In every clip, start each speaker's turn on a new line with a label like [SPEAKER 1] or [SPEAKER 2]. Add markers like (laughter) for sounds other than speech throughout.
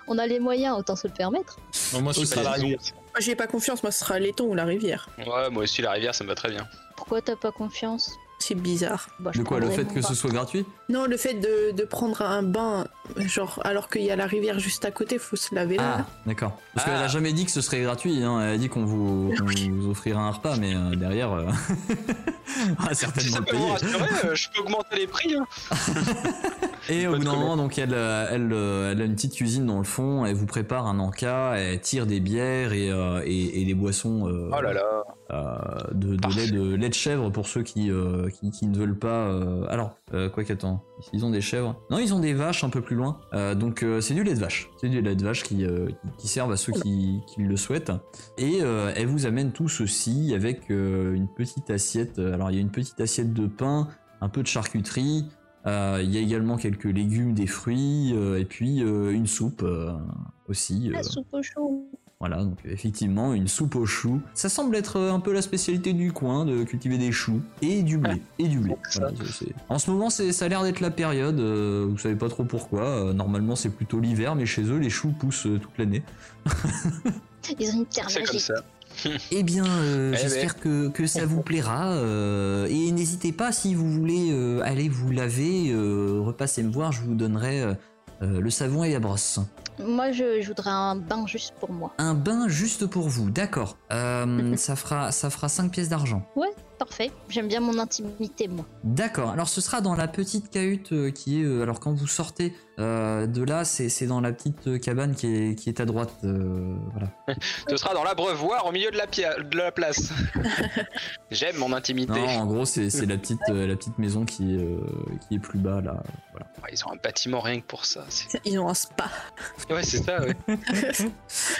[SPEAKER 1] On a les moyens, autant se le permettre.
[SPEAKER 2] Non, moi, je
[SPEAKER 3] Aussi,
[SPEAKER 2] suis pas
[SPEAKER 3] la
[SPEAKER 2] là.
[SPEAKER 3] rivière.
[SPEAKER 4] Moi, J'ai pas confiance, moi ce sera l'étang ou la rivière.
[SPEAKER 3] Ouais, moi aussi, la rivière, ça me va très bien.
[SPEAKER 1] Pourquoi t'as pas confiance
[SPEAKER 4] C'est bizarre.
[SPEAKER 1] Bah, je prendrais mon pain.
[SPEAKER 5] soit gratuit
[SPEAKER 4] Non, le fait de, de prendre un bain, genre alors qu'il y a la rivière juste à côté, faut se laver
[SPEAKER 5] Ah,
[SPEAKER 4] là.
[SPEAKER 5] d'accord. Parce
[SPEAKER 3] Ah.
[SPEAKER 5] qu'elle a jamais dit que ce serait gratuit, hein. elle a dit qu'on vous, qu'on vous offrira un repas, mais euh, derrière, euh, (laughs) on va
[SPEAKER 3] Si
[SPEAKER 5] certainement
[SPEAKER 3] ça
[SPEAKER 5] le
[SPEAKER 3] peut vous
[SPEAKER 5] payer.
[SPEAKER 3] rassurer, euh, je peux augmenter les prix. hein.
[SPEAKER 5] Et au
[SPEAKER 3] Bonne
[SPEAKER 5] bout d'un
[SPEAKER 3] commande.
[SPEAKER 5] moment, donc elle, euh, elle, euh, elle a une petite cuisine dans le fond, elle vous prépare un encas, elle tire des bières et, euh, et- et des boissons euh,
[SPEAKER 3] Oh là là.
[SPEAKER 5] euh, de, de
[SPEAKER 3] Parfait.
[SPEAKER 5] lait de lait de chèvre pour ceux qui euh, qui, qui ne veulent pas. euh, Alors euh, quoi qu'attends, ils ont des chèvres Non, ils ont des vaches un peu plus loin. Euh, donc euh, c'est du lait de vache, c'est du lait de vache qui euh, qui- qui servent à ceux qui, qui le souhaitent. Et euh, elle vous amène tout ceci avec euh, une petite assiette. Alors il y a une petite assiette de pain, un peu de charcuterie. euh, Il y a également quelques légumes, des fruits, euh, et puis euh, une soupe euh, aussi. euh,
[SPEAKER 1] La soupe au chou.
[SPEAKER 5] voilà, donc effectivement, une soupe aux choux. Ça semble être euh, un peu la spécialité du coin, de cultiver des choux et du blé. Et du blé.
[SPEAKER 3] Ah. ça.
[SPEAKER 5] Voilà, c'est- c'est- En ce moment, c'est- ça a l'air d'être la période. euh, vous savez pas trop pourquoi. euh, normalement, c'est plutôt l'hiver, mais chez eux, les choux poussent euh, toute l'année.
[SPEAKER 1] Ils ont une terre
[SPEAKER 3] C'est comme
[SPEAKER 1] magique.
[SPEAKER 3] ça.
[SPEAKER 5] Eh bien, euh,
[SPEAKER 3] Eh
[SPEAKER 5] j'espère que, que ça vous plaira. euh, et n'hésitez pas, si vous voulez euh, aller vous laver, euh, repassez me voir, je vous donnerai euh, euh, le savon et la brosse.
[SPEAKER 1] Moi, je, je voudrais un bain juste pour moi.
[SPEAKER 5] Un bain juste pour vous, d'accord.
[SPEAKER 3] (laughs)
[SPEAKER 5] Euh, ça fera ça fera 5 pièces d'argent.
[SPEAKER 1] Parfait. J'aime bien mon intimité, moi.
[SPEAKER 5] D'accord, alors ce sera dans la petite cahute euh, qui est. euh, alors quand vous sortez euh, de là, c'est c'est dans la petite euh, cabane qui est, qui est à droite. euh, voilà.
[SPEAKER 3] Ce sera dans l'abreuvoir au milieu de la, pia- de la
[SPEAKER 1] (laughs)
[SPEAKER 3] place. J'aime mon intimité.
[SPEAKER 5] Non, en gros, c'est c'est la, petite euh, la petite maison qui, est, euh, qui est plus bas là.
[SPEAKER 3] Ouais, Ils ont un bâtiment rien que pour ça. c'est-
[SPEAKER 4] Ils ont un spa.
[SPEAKER 3] Ouais, c'est ça, ouais.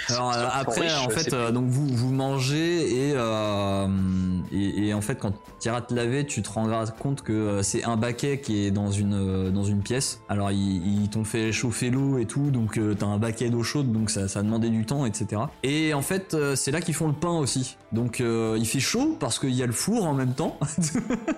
[SPEAKER 5] Alors
[SPEAKER 3] Ils
[SPEAKER 5] euh,
[SPEAKER 3] sont
[SPEAKER 5] après,
[SPEAKER 3] riches,
[SPEAKER 5] en fait,
[SPEAKER 3] c'est-
[SPEAKER 5] euh, donc vous, vous mangez et, euh, et, et en fait, quand tu iras te laver, tu te rendras compte que euh, c'est un baquet qui est dans une, euh, dans une pièce. Alors ils, ils t'ont fait chauffer l'eau et tout, donc euh, t'as un baquet d'eau chaude, donc ça, ça a demandé du temps, etc. Et en fait, euh, c'est là qu'ils font le pain aussi. Donc euh, il fait chaud parce qu'il y a le four en même temps. (laughs)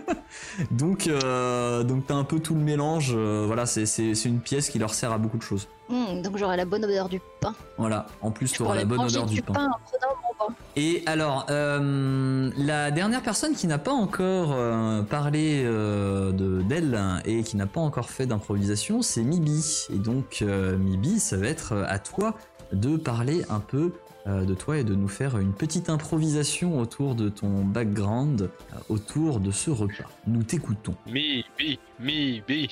[SPEAKER 5] donc euh, donc t'as un peu tout le mélange. euh, voilà, c'est- c'est c'est une pièce qui leur sert à beaucoup de choses.
[SPEAKER 1] Hum, donc j'aurai la bonne odeur du pain.
[SPEAKER 5] Voilà, en plus tu auras
[SPEAKER 1] pourrais
[SPEAKER 5] la bonne
[SPEAKER 1] manger
[SPEAKER 5] odeur du pain.
[SPEAKER 1] en prenant mon bain.
[SPEAKER 5] Et alors, euh, la dernière personne qui n'a pas encore euh, parlé euh, de d'elle hein, et qui n'a pas encore fait d'improvisation, c'est Mibi. Et donc, euh, Mibi, ça va être euh, à toi de parler un peu euh, de toi et de nous faire une petite improvisation autour de ton background, euh, autour de ce repas. Nous t'écoutons.
[SPEAKER 3] Mi, bi, mi, bi.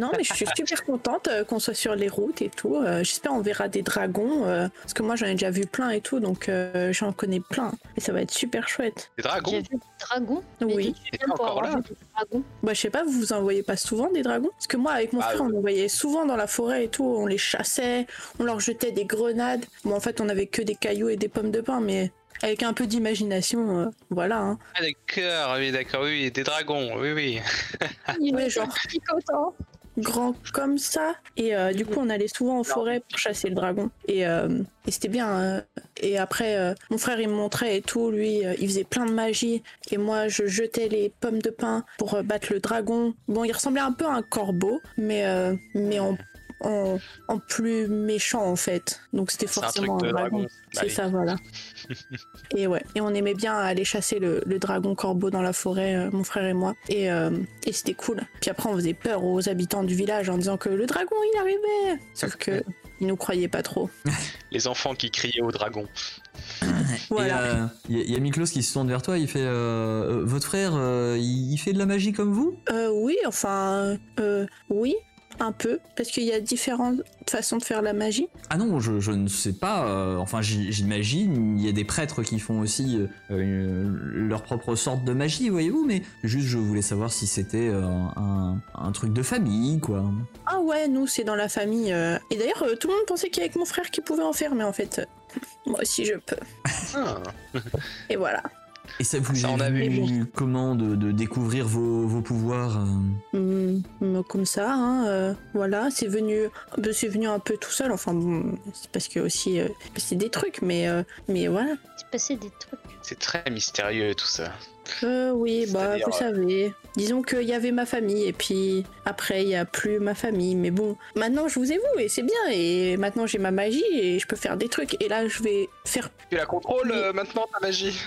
[SPEAKER 4] Non, mais je suis super contente euh, qu'on soit sur les routes et tout. Euh, J'espère on verra des dragons, euh, parce que moi j'en ai déjà vu plein et tout, donc euh, j'en connais plein. Et ça va être super chouette.
[SPEAKER 3] Des
[SPEAKER 1] J'ai
[SPEAKER 3] dragons
[SPEAKER 1] vu des dragons. mais
[SPEAKER 4] Oui.
[SPEAKER 1] je suis même pour
[SPEAKER 3] Encore
[SPEAKER 1] avoir
[SPEAKER 3] là
[SPEAKER 1] vu des dragons.
[SPEAKER 4] Bah je sais pas, vous en voyez pas souvent des dragons Parce que moi avec mon
[SPEAKER 3] Ah,
[SPEAKER 4] frère on en voyait souvent dans la forêt et tout, on les chassait, on leur jetait des grenades. Bon en fait on avait que des cailloux et des pommes de pain, mais avec un peu d'imagination, euh, voilà. Hein.
[SPEAKER 3] Ah, D'accord, oui, d'accord, oui, des dragons, oui, oui. Ah.
[SPEAKER 1] Il
[SPEAKER 4] Ouais,
[SPEAKER 1] est
[SPEAKER 4] genre.
[SPEAKER 1] picotant.
[SPEAKER 4] grand comme ça. Et euh, du coup, on allait souvent en forêt pour chasser le dragon. Et, euh, et c'était bien. euh. Et après, euh, mon frère, il me montrait et tout. Lui, euh, il faisait plein de magie. Et moi, je jetais les pommes de pain pour euh, battre le dragon. Bon, il ressemblait un peu à un corbeau, mais, euh, mais en, en, en plus méchant, en fait. Donc, c'était
[SPEAKER 3] C'est un truc
[SPEAKER 4] forcément
[SPEAKER 3] de dragon. Bah
[SPEAKER 4] C'est
[SPEAKER 3] oui.
[SPEAKER 4] ça, voilà. et ouais, et on aimait bien aller chasser le, le dragon corbeau dans la forêt, euh, mon frère et moi. Et, euh, et c'était cool. Puis après, on faisait peur aux habitants du village en disant que le dragon, il arrivait. Sauf que ils nous croyaient pas trop.
[SPEAKER 3] Les enfants qui criaient aux dragons.
[SPEAKER 5] euh,
[SPEAKER 4] Voilà.
[SPEAKER 5] Il y, a Miklos qui se tourne vers toi, il fait euh, euh, Votre frère, euh, il, il fait de la magie comme vous
[SPEAKER 4] Euh, oui, enfin, euh, oui, un peu, parce qu'il y a différentes façons de faire la magie.
[SPEAKER 5] Ah non, je, je ne sais pas, euh, enfin j'y- j'imagine, il y a des prêtres qui font aussi euh, une- leur propre sorte de magie, voyez-vous, mais juste je voulais savoir si c'était euh, un, un truc de famille, quoi.
[SPEAKER 4] Ah ouais, nous, c'est dans la famille. euh. Et d'ailleurs, euh, tout le monde pensait qu'il y avait que mon frère qui pouvait en faire, mais en fait, euh, moi aussi, je peux.
[SPEAKER 3] Ah.
[SPEAKER 4] Et voilà.
[SPEAKER 5] Et ça vous
[SPEAKER 3] Ça, on
[SPEAKER 5] est
[SPEAKER 3] a
[SPEAKER 5] venu
[SPEAKER 4] vu.
[SPEAKER 5] comment de, de découvrir vos, vos pouvoirs euh
[SPEAKER 4] (laughs) Hmm, hmm, comme ça, hein, euh, voilà, c'est venu, ben, c'est venu un peu tout seul. Enfin, bon, c'est parce que aussi, euh, c'est des trucs, mais, euh, mais voilà.
[SPEAKER 1] Il se passait des trucs.
[SPEAKER 3] C'est très mystérieux tout ça.
[SPEAKER 4] Euh, oui, bah,
[SPEAKER 3] C'est-à-dire,
[SPEAKER 4] vous savez. Disons qu'il y avait ma famille, et puis après, il y a plus ma famille. Mais bon, maintenant, je vous ai vous, et c'est bien. Et maintenant, j'ai ma magie, et je peux faire des trucs. Et là, je vais faire,
[SPEAKER 3] Tu la contrôles
[SPEAKER 4] Oui.
[SPEAKER 3] euh, maintenant ta magie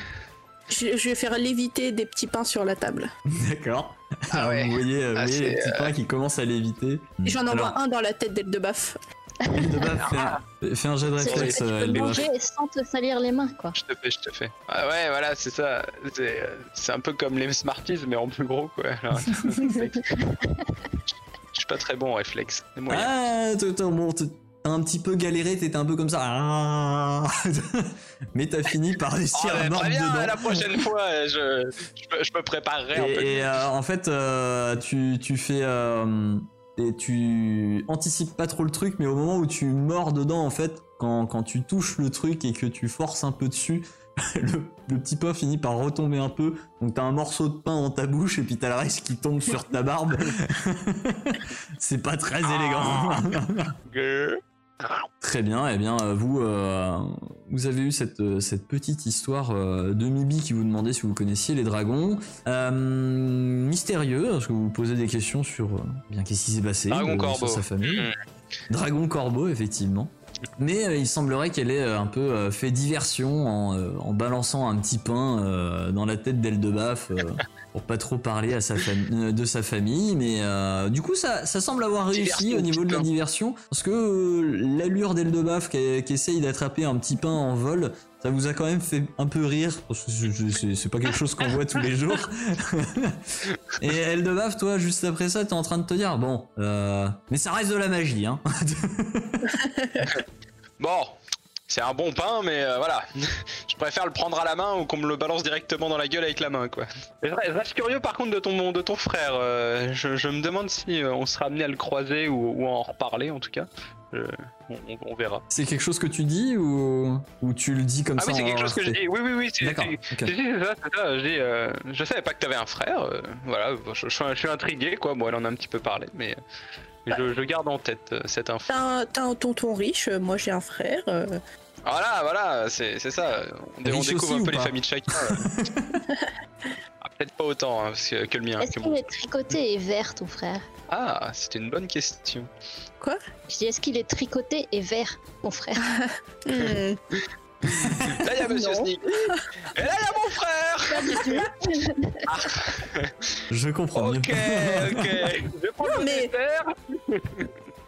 [SPEAKER 4] je, je vais faire léviter des petits pains sur la table.
[SPEAKER 5] D'accord.
[SPEAKER 3] Ah
[SPEAKER 5] Alors,
[SPEAKER 3] ouais.
[SPEAKER 5] Vous voyez, euh, vous
[SPEAKER 3] Ah,
[SPEAKER 5] voyez
[SPEAKER 3] c'est,
[SPEAKER 5] les petits pains qui commencent à léviter.
[SPEAKER 4] Et J'en
[SPEAKER 5] Alors,
[SPEAKER 4] envoie un dans la tête d'Eldebaf.
[SPEAKER 5] Eldebaf, fais un- fais un jet de
[SPEAKER 1] C'est vrai que
[SPEAKER 5] réflexe, euh,
[SPEAKER 1] tu peux
[SPEAKER 5] Eldebaf.
[SPEAKER 1] manger sans te salir les mains, quoi.
[SPEAKER 3] Je te fais, je te fais. Ah ouais, voilà, c'est ça. C'est euh, c'est un peu comme les Smarties, mais en plus gros, quoi. Alors, je suis pas très bon en réflexe. C'est moyen.
[SPEAKER 5] Ah, t'as t'as- bon, t'as t'as un petit peu galéré, t'étais un peu comme ça. (laughs) Ah. Mais t'as fini par
[SPEAKER 3] Oh,
[SPEAKER 5] réussir
[SPEAKER 3] mais
[SPEAKER 5] à mordre
[SPEAKER 3] très bien,
[SPEAKER 5] dedans.
[SPEAKER 3] la prochaine fois, euh, je, je, me- je me préparerai un peu.
[SPEAKER 5] Et, et, euh, en fait, euh, tu, tu fais. euh, et tu anticipes pas trop le truc, mais au moment où tu mords dedans, en fait, quand, quand tu touches le truc et que tu forces un peu dessus, (laughs) le, le petit pain finit par retomber un peu. Donc t'as un morceau de pain dans ta bouche et puis t'as le reste qui tombe sur ta barbe. (laughs) C'est pas très
[SPEAKER 3] Ah.
[SPEAKER 5] élégant.
[SPEAKER 3] Gueux.
[SPEAKER 5] Très bien, eh bien euh, vous, euh, vous avez eu cette, euh, cette petite histoire euh, de Mibi qui vous demandait si vous connaissiez les dragons. Euh, mystérieux, parce que vous vous posez des questions sur euh, bien qu'est-ce qui s'est passé
[SPEAKER 3] Dragon
[SPEAKER 5] euh,
[SPEAKER 3] Corbeau.
[SPEAKER 5] sur sa famille.
[SPEAKER 3] Hmm.
[SPEAKER 5] Dragon Corbeau, effectivement. Mais euh, il semblerait qu'elle ait euh, un peu euh, fait diversion en, euh, en balançant un petit pain euh, dans la tête d'Eldebaf euh, pour pas trop parler à sa fami- euh, de sa famille. Mais euh, du coup, ça, ça semble avoir réussi
[SPEAKER 3] Diversion,
[SPEAKER 5] au niveau de la
[SPEAKER 3] petit pain.
[SPEAKER 5] diversion parce que euh, l'allure d'Eldebaf qui, qui essaye d'attraper un petit pain en vol. Ça vous a quand même fait un peu rire, parce que c'est- c'est- c'est c'est pas quelque chose qu'on voit tous les jours. Et Eldebaf, toi, juste après ça, t'es en train de te dire, bon, euh, mais ça reste de la magie, hein.
[SPEAKER 3] Bon, c'est un bon pain, mais euh, voilà. (laughs) je préfère le prendre à la main ou qu'on me le balance directement dans la gueule avec la main, quoi. Je reste- je reste curieux par contre de ton, de ton frère. euh, je, je me demande si euh, on sera amené à le croiser ou, ou à en reparler, en tout cas. Euh, on, on- on verra.
[SPEAKER 5] C'est quelque chose que tu dis ou, ou tu le dis comme
[SPEAKER 3] Ah
[SPEAKER 5] ça
[SPEAKER 3] oui, c'est
[SPEAKER 5] en
[SPEAKER 3] quelque chose que je
[SPEAKER 5] rafraîchis
[SPEAKER 3] dis. Oui, oui, oui. c'est- (laughs)
[SPEAKER 5] D'accord.
[SPEAKER 3] c'est-
[SPEAKER 5] ok.
[SPEAKER 3] Si, si, c'est ça, c'est ça. Je, dis, euh, je savais pas que t'avais un frère. euh, voilà, bon, je, je suis- je suis intrigué, quoi. Bon, elle en a un petit peu parlé, mais euh, mais je, je garde en tête euh, cette info.
[SPEAKER 4] T'as un, t'as un tonton riche, euh, moi j'ai un frère. euh,
[SPEAKER 3] Voilà, voilà, c'est c'est ça. On, dé- on
[SPEAKER 5] Riche
[SPEAKER 3] découvre
[SPEAKER 5] aussi
[SPEAKER 3] un
[SPEAKER 5] ou
[SPEAKER 3] peu les
[SPEAKER 5] pas
[SPEAKER 3] familles
[SPEAKER 5] (laughs)
[SPEAKER 3] de chacun. Ah, Peut-être pas autant hein, parce que, que le mien.
[SPEAKER 1] Est-ce
[SPEAKER 3] que
[SPEAKER 1] qu'il
[SPEAKER 3] mon-
[SPEAKER 1] est tricoté et vert, ton frère
[SPEAKER 3] Ah, c'est une bonne question.
[SPEAKER 1] Je dis, est-ce qu'il est tricoté et vert, mon frère
[SPEAKER 4] hmm.
[SPEAKER 3] Là, il y a Monsieur
[SPEAKER 4] Non.
[SPEAKER 3] Sneak. Et là, il y a mon frère
[SPEAKER 1] Pas du tout.
[SPEAKER 5] Je comprends
[SPEAKER 3] Ok, ok.
[SPEAKER 5] (laughs) mieux.
[SPEAKER 3] Je prends
[SPEAKER 4] Non,
[SPEAKER 3] le
[SPEAKER 4] mais-
[SPEAKER 3] dessert.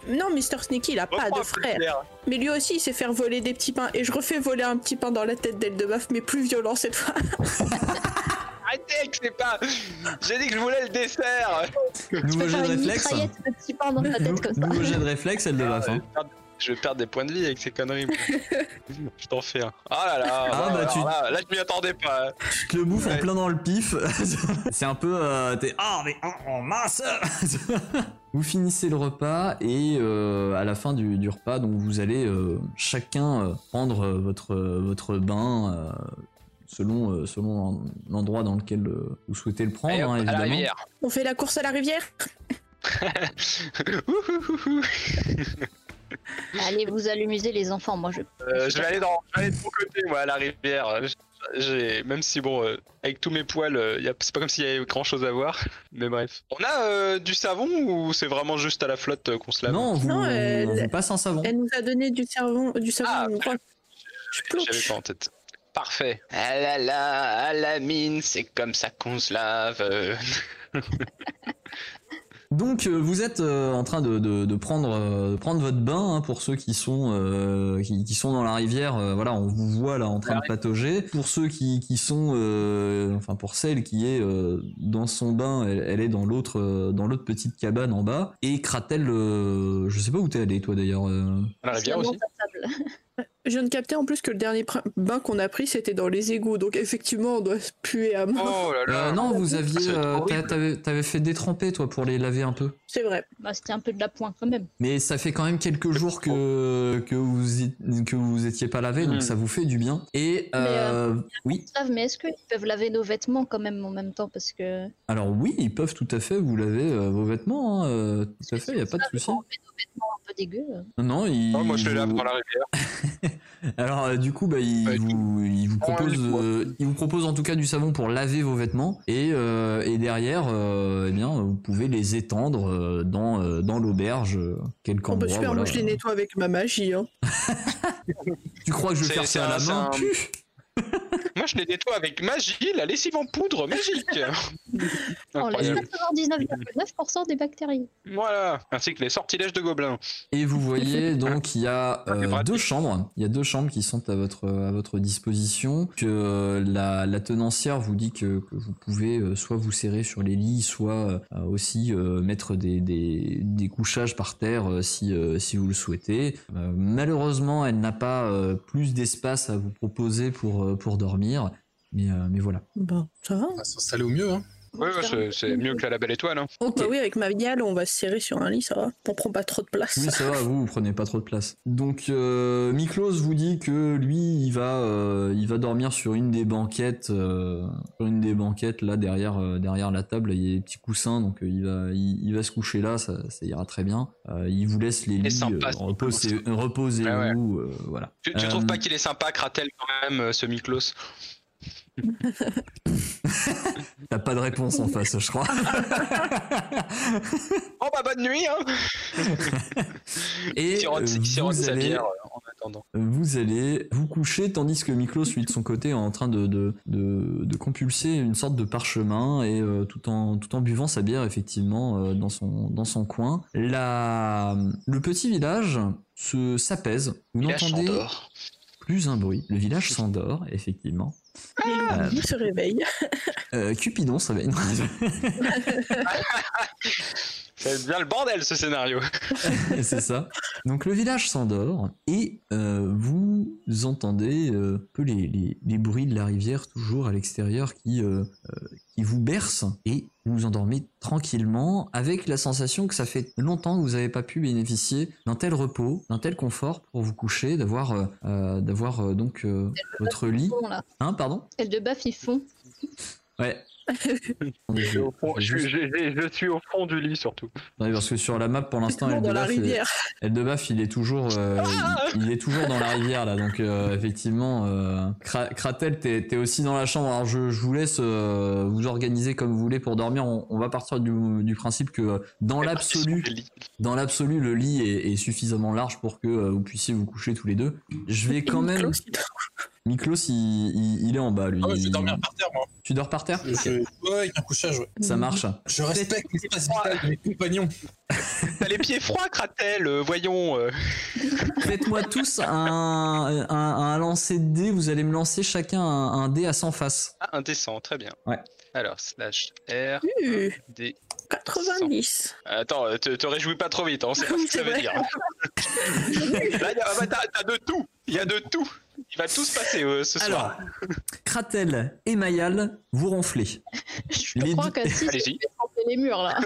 [SPEAKER 4] Non, Mister Sneaky, il a pas
[SPEAKER 3] reprends
[SPEAKER 4] de
[SPEAKER 3] un peu de
[SPEAKER 4] frère.
[SPEAKER 3] dessert.
[SPEAKER 4] Mais lui aussi, il sait faire voler des petits pains. Et je refais voler un petit pain dans la tête d'Eldebaf, mais plus violent cette fois.
[SPEAKER 3] arrêtez que c'est pas. J'ai dit que je voulais le dessert.
[SPEAKER 5] Nouveau
[SPEAKER 1] Tu
[SPEAKER 5] jet
[SPEAKER 1] peux
[SPEAKER 5] de
[SPEAKER 1] faire une
[SPEAKER 5] réflexe.
[SPEAKER 1] mitraillette de petits pains dans ta tête comme ça.
[SPEAKER 5] Nouveau jet de réflexe, elle de hein. la fin.
[SPEAKER 3] Je vais perdre des points de vie avec ces
[SPEAKER 5] (laughs)
[SPEAKER 3] conneries. moi. je t'en fais un. Ah là là.
[SPEAKER 5] Ah,
[SPEAKER 3] ouais,
[SPEAKER 5] bah,
[SPEAKER 3] alors
[SPEAKER 5] tu-
[SPEAKER 3] là, là, je m'y attendais pas.
[SPEAKER 5] Tu te le bouffes en
[SPEAKER 3] Ouais.
[SPEAKER 5] plein dans le pif. (laughs) c'est un peu. euh, T'es. Ah, mais. oh, oh, mince (laughs) Vous finissez le repas et euh, à la fin du, du repas, donc vous allez euh, chacun euh, prendre euh, votre, euh, votre bain euh, selon, euh, selon l'en- l'endroit dans lequel euh, vous souhaitez le prendre,
[SPEAKER 3] Allez, hop,
[SPEAKER 5] hein,
[SPEAKER 3] à la
[SPEAKER 5] évidemment.
[SPEAKER 3] rivière.
[SPEAKER 4] (laughs)
[SPEAKER 3] (laughs)
[SPEAKER 4] On fait la course à la rivière
[SPEAKER 3] Ouhouhouhou.
[SPEAKER 1] Allez, vous amuser les enfants. Moi, je.
[SPEAKER 3] Euh, je vais aller dans, je vais aller de mon côté, moi, à la rivière. Euh, J'ai, même si bon, euh, avec tous mes poils, euh, y a- c'est pas comme s'il y avait grand chose à voir. (laughs) Mais bref. On a euh, du savon ou c'est vraiment juste à la flotte euh, qu'on se lave
[SPEAKER 5] Non, vous,
[SPEAKER 4] Non, euh,
[SPEAKER 5] on vous passe un savon.
[SPEAKER 4] Elle nous a donné du savon. Du savon
[SPEAKER 3] Ah,
[SPEAKER 4] une broche. je
[SPEAKER 3] J'avais
[SPEAKER 4] ploche.
[SPEAKER 3] pas en tête. Parfait. Ah là là, à la mine, c'est comme ça qu'on se lave. euh.
[SPEAKER 5] Donc euh, vous êtes euh, en train de, de- de prendre euh, de prendre votre bain hein, pour ceux qui sont euh, qui, qui sont dans la rivière. euh, voilà, on vous voit là en train de patauger. Pour ceux qui, qui sont euh, enfin pour celle qui est euh, dans son bain, elle, elle est dans l'autre euh, dans l'autre petite cabane en bas. Et Kratel, euh, je sais pas où t'es allé toi d'ailleurs. euh.
[SPEAKER 3] À la rivière Ah, aussi.
[SPEAKER 4] Je viens de capter en plus que le dernier pr- bain qu'on a pris, c'était dans les égouts. Donc effectivement, on doit se puer à mort.
[SPEAKER 3] Oh là là.
[SPEAKER 5] Euh, non, vous
[SPEAKER 3] Ah,
[SPEAKER 5] aviez
[SPEAKER 3] ça va être
[SPEAKER 5] euh,
[SPEAKER 3] horrible.
[SPEAKER 5] t'a- t'avais t'avais fait détremper toi pour les laver un
[SPEAKER 3] Oh.
[SPEAKER 5] peu.
[SPEAKER 4] C'est vrai.
[SPEAKER 1] Bah, c'était un peu de la pointe quand même.
[SPEAKER 5] Mais ça fait quand même quelques jours que que vous y- que vous étiez pas lavé, donc
[SPEAKER 3] Hmm.
[SPEAKER 5] ça vous fait du bien. Et
[SPEAKER 1] Mais, euh,
[SPEAKER 5] euh, oui.
[SPEAKER 1] Ils savent, mais est-ce qu'ils peuvent laver nos vêtements quand même en même temps Parce que.
[SPEAKER 5] Alors oui, ils peuvent tout à fait vous laver euh, vos vêtements, hein, euh, tout à fait, il n'y a pas de souci.
[SPEAKER 1] On fait nos vêtements un peu dégueu. euh.
[SPEAKER 5] Non, ils
[SPEAKER 3] Oh, moi, je les lave
[SPEAKER 5] vous-
[SPEAKER 3] dans la rivière.
[SPEAKER 5] Alors euh, du coup, bah, ils,
[SPEAKER 3] Ouais,
[SPEAKER 5] vous, ils vous
[SPEAKER 3] Ouais,
[SPEAKER 5] proposent,
[SPEAKER 3] dis-moi.
[SPEAKER 5] euh, ils vous proposent en tout cas du savon pour laver vos vêtements et, euh, et derrière, euh, eh bien, vous pouvez les étendre euh, dans euh, dans l'auberge, euh, quelque
[SPEAKER 4] Oh, bah,
[SPEAKER 5] endroit.
[SPEAKER 4] super,
[SPEAKER 5] voilà.
[SPEAKER 4] moi je les nettoie avec ma magie. hein.
[SPEAKER 5] Tu crois que je vais
[SPEAKER 3] C'est-
[SPEAKER 5] faire
[SPEAKER 3] c'est
[SPEAKER 5] ça à la
[SPEAKER 3] un-
[SPEAKER 5] main
[SPEAKER 3] c'est
[SPEAKER 5] Puf
[SPEAKER 3] Moi, je les nettoie avec magie, la lessive en
[SPEAKER 5] (laughs)
[SPEAKER 3] poudre magique.
[SPEAKER 1] On laisse
[SPEAKER 3] Incroyable.
[SPEAKER 1] 99,9% des bactéries.
[SPEAKER 3] Voilà. Ainsi que les sortilèges de gobelins.
[SPEAKER 5] Et vous voyez donc il y a
[SPEAKER 3] Ah, c'est
[SPEAKER 5] euh,
[SPEAKER 3] pratique.
[SPEAKER 5] deux chambres, il y a deux chambres qui sont à votre à votre disposition. Que euh, la, la tenancière vous dit que, que vous pouvez euh, soit vous serrer sur les lits, soit euh, aussi euh, mettre des, des, des couchages par terre euh, si euh, si vous le souhaitez. Euh, malheureusement, elle n'a pas euh, plus d'espace à vous proposer pour euh, pour dormir, mais euh, mais voilà.
[SPEAKER 4] Bah, ça va.
[SPEAKER 2] On va s'installer au mieux. Hein.
[SPEAKER 3] Ouais, ouais, c'est- c'est mieux que la belle étoile. Hein.
[SPEAKER 4] Bah oui, avec ma viale, on va se serrer sur un lit, ça va. On prend pas trop de place.
[SPEAKER 5] Oui, ça va, vous, vous prenez pas trop de place. Donc, euh, Miklos vous dit que lui, il va, euh, il va dormir sur une des banquettes, euh, sur une des banquettes là derrière, euh, derrière la table. Il y a des petits coussins, donc euh, il va, il, il va se coucher là, ça, ça ira très bien. Euh, il vous laisse les lits,
[SPEAKER 3] sympa,
[SPEAKER 5] euh,
[SPEAKER 3] ce
[SPEAKER 5] reposez-
[SPEAKER 3] Miklos.
[SPEAKER 5] reposez-vous,
[SPEAKER 3] Ouais,
[SPEAKER 5] euh, voilà.
[SPEAKER 3] Tu, tu
[SPEAKER 5] Euh,
[SPEAKER 3] trouves pas qu'il est sympa, Kratel, quand même, euh, ce Miklos
[SPEAKER 5] T'as pas de réponse en face, je
[SPEAKER 3] (laughs)
[SPEAKER 5] crois.
[SPEAKER 3] Oh, bah, bonne nuit, hein
[SPEAKER 5] Et
[SPEAKER 3] Sirote-
[SPEAKER 5] euh,
[SPEAKER 3] sirote
[SPEAKER 5] vous
[SPEAKER 3] sa
[SPEAKER 5] allez,
[SPEAKER 3] bière euh, en attendant.
[SPEAKER 5] vous allez vous coucher tandis que Miklos lui de son côté est en train de, de, de, de compulser une sorte de parchemin et euh, tout en tout en buvant sa bière effectivement euh, dans son dans son coin la le petit village se s'apaise vous
[SPEAKER 3] Il a
[SPEAKER 5] n'entendez
[SPEAKER 3] Chandor.
[SPEAKER 5] plus un bruit le village s'endort effectivement
[SPEAKER 4] Les loups
[SPEAKER 5] Ah.
[SPEAKER 4] se réveillent.
[SPEAKER 5] euh, Cupidon ça va
[SPEAKER 3] C'est bien le bordel,
[SPEAKER 5] (laughs)
[SPEAKER 3] ce scénario.
[SPEAKER 5] c'est ça. Donc le village s'endort et euh, vous entendez euh, un peu les, les- les bruits de la rivière toujours à l'extérieur qui, euh, euh, qui vous bercent et vous vous endormez tranquillement avec la sensation que ça fait longtemps que vous n'avez pas pu bénéficier d'un tel repos, d'un tel confort pour vous coucher, d'avoir euh, euh, d'avoir euh, donc euh, votre lit.
[SPEAKER 1] Bon, là.
[SPEAKER 5] Hein, pardon
[SPEAKER 1] Elles de baf, ils font. (laughs)
[SPEAKER 5] Ouais. Attendez, je- je-
[SPEAKER 3] suis au fond du lit, surtout.
[SPEAKER 5] Ouais, parce que sur la map pour l'instant, euh,
[SPEAKER 4] Effectivement,
[SPEAKER 5] elle
[SPEAKER 4] dans la
[SPEAKER 5] débarque et-
[SPEAKER 4] rivière.
[SPEAKER 5] El de Baff, il est toujours, euh,
[SPEAKER 2] Ah
[SPEAKER 5] il, il est toujours dans la rivière là, donc euh, effectivement, euh, Kra- Kratel, t'es t'es aussi dans la chambre. Alors je, je vous laisse euh, vous organiser comme vous voulez pour dormir. On, on va partir du, du principe que euh, dans l'absolu, dans l'absolu, le lit est, est suffisamment large pour que euh, vous puissiez vous coucher tous les deux. Je vais quand même. (laughs) Miklos, il, il- il est en bas lui.
[SPEAKER 2] Ah ouais, je vais dormir par terre, moi.
[SPEAKER 5] Tu dors par terre
[SPEAKER 2] Je- je- Ouais, avec un couchage, ouais.
[SPEAKER 5] Ça marche.
[SPEAKER 2] Je respecte l'espace vital de mes compagnons.
[SPEAKER 3] (laughs) T'as les pieds froids, Kratel, euh, voyons. euh.
[SPEAKER 5] Faites-moi tous un, un, un lancer de dés. Vous allez me lancer chacun un, un dé à 100 faces.
[SPEAKER 3] Ah, indécent, très bien.
[SPEAKER 5] Ouais.
[SPEAKER 3] Alors, slash R,
[SPEAKER 4] Uh,
[SPEAKER 3] D.
[SPEAKER 4] 90.
[SPEAKER 3] Attends, euh, te, te réjouis pas trop vite, hein, (laughs) c'est pas ce
[SPEAKER 4] Oui,
[SPEAKER 3] que ça
[SPEAKER 4] c'est
[SPEAKER 3] veut
[SPEAKER 4] vrai.
[SPEAKER 3] dire. (laughs) Là, y a- ah bah, t'as t'as de tout Il y a de tout Il va tout se passer euh, ce
[SPEAKER 5] Alors,
[SPEAKER 3] soir.
[SPEAKER 5] Kratel et Mayal, vous ronflez.
[SPEAKER 1] Je
[SPEAKER 5] Les
[SPEAKER 1] crois
[SPEAKER 5] dix-
[SPEAKER 1] qu'à 6, on
[SPEAKER 3] Allez-y.
[SPEAKER 1] peut ramper les
[SPEAKER 3] (laughs)
[SPEAKER 1] murs là.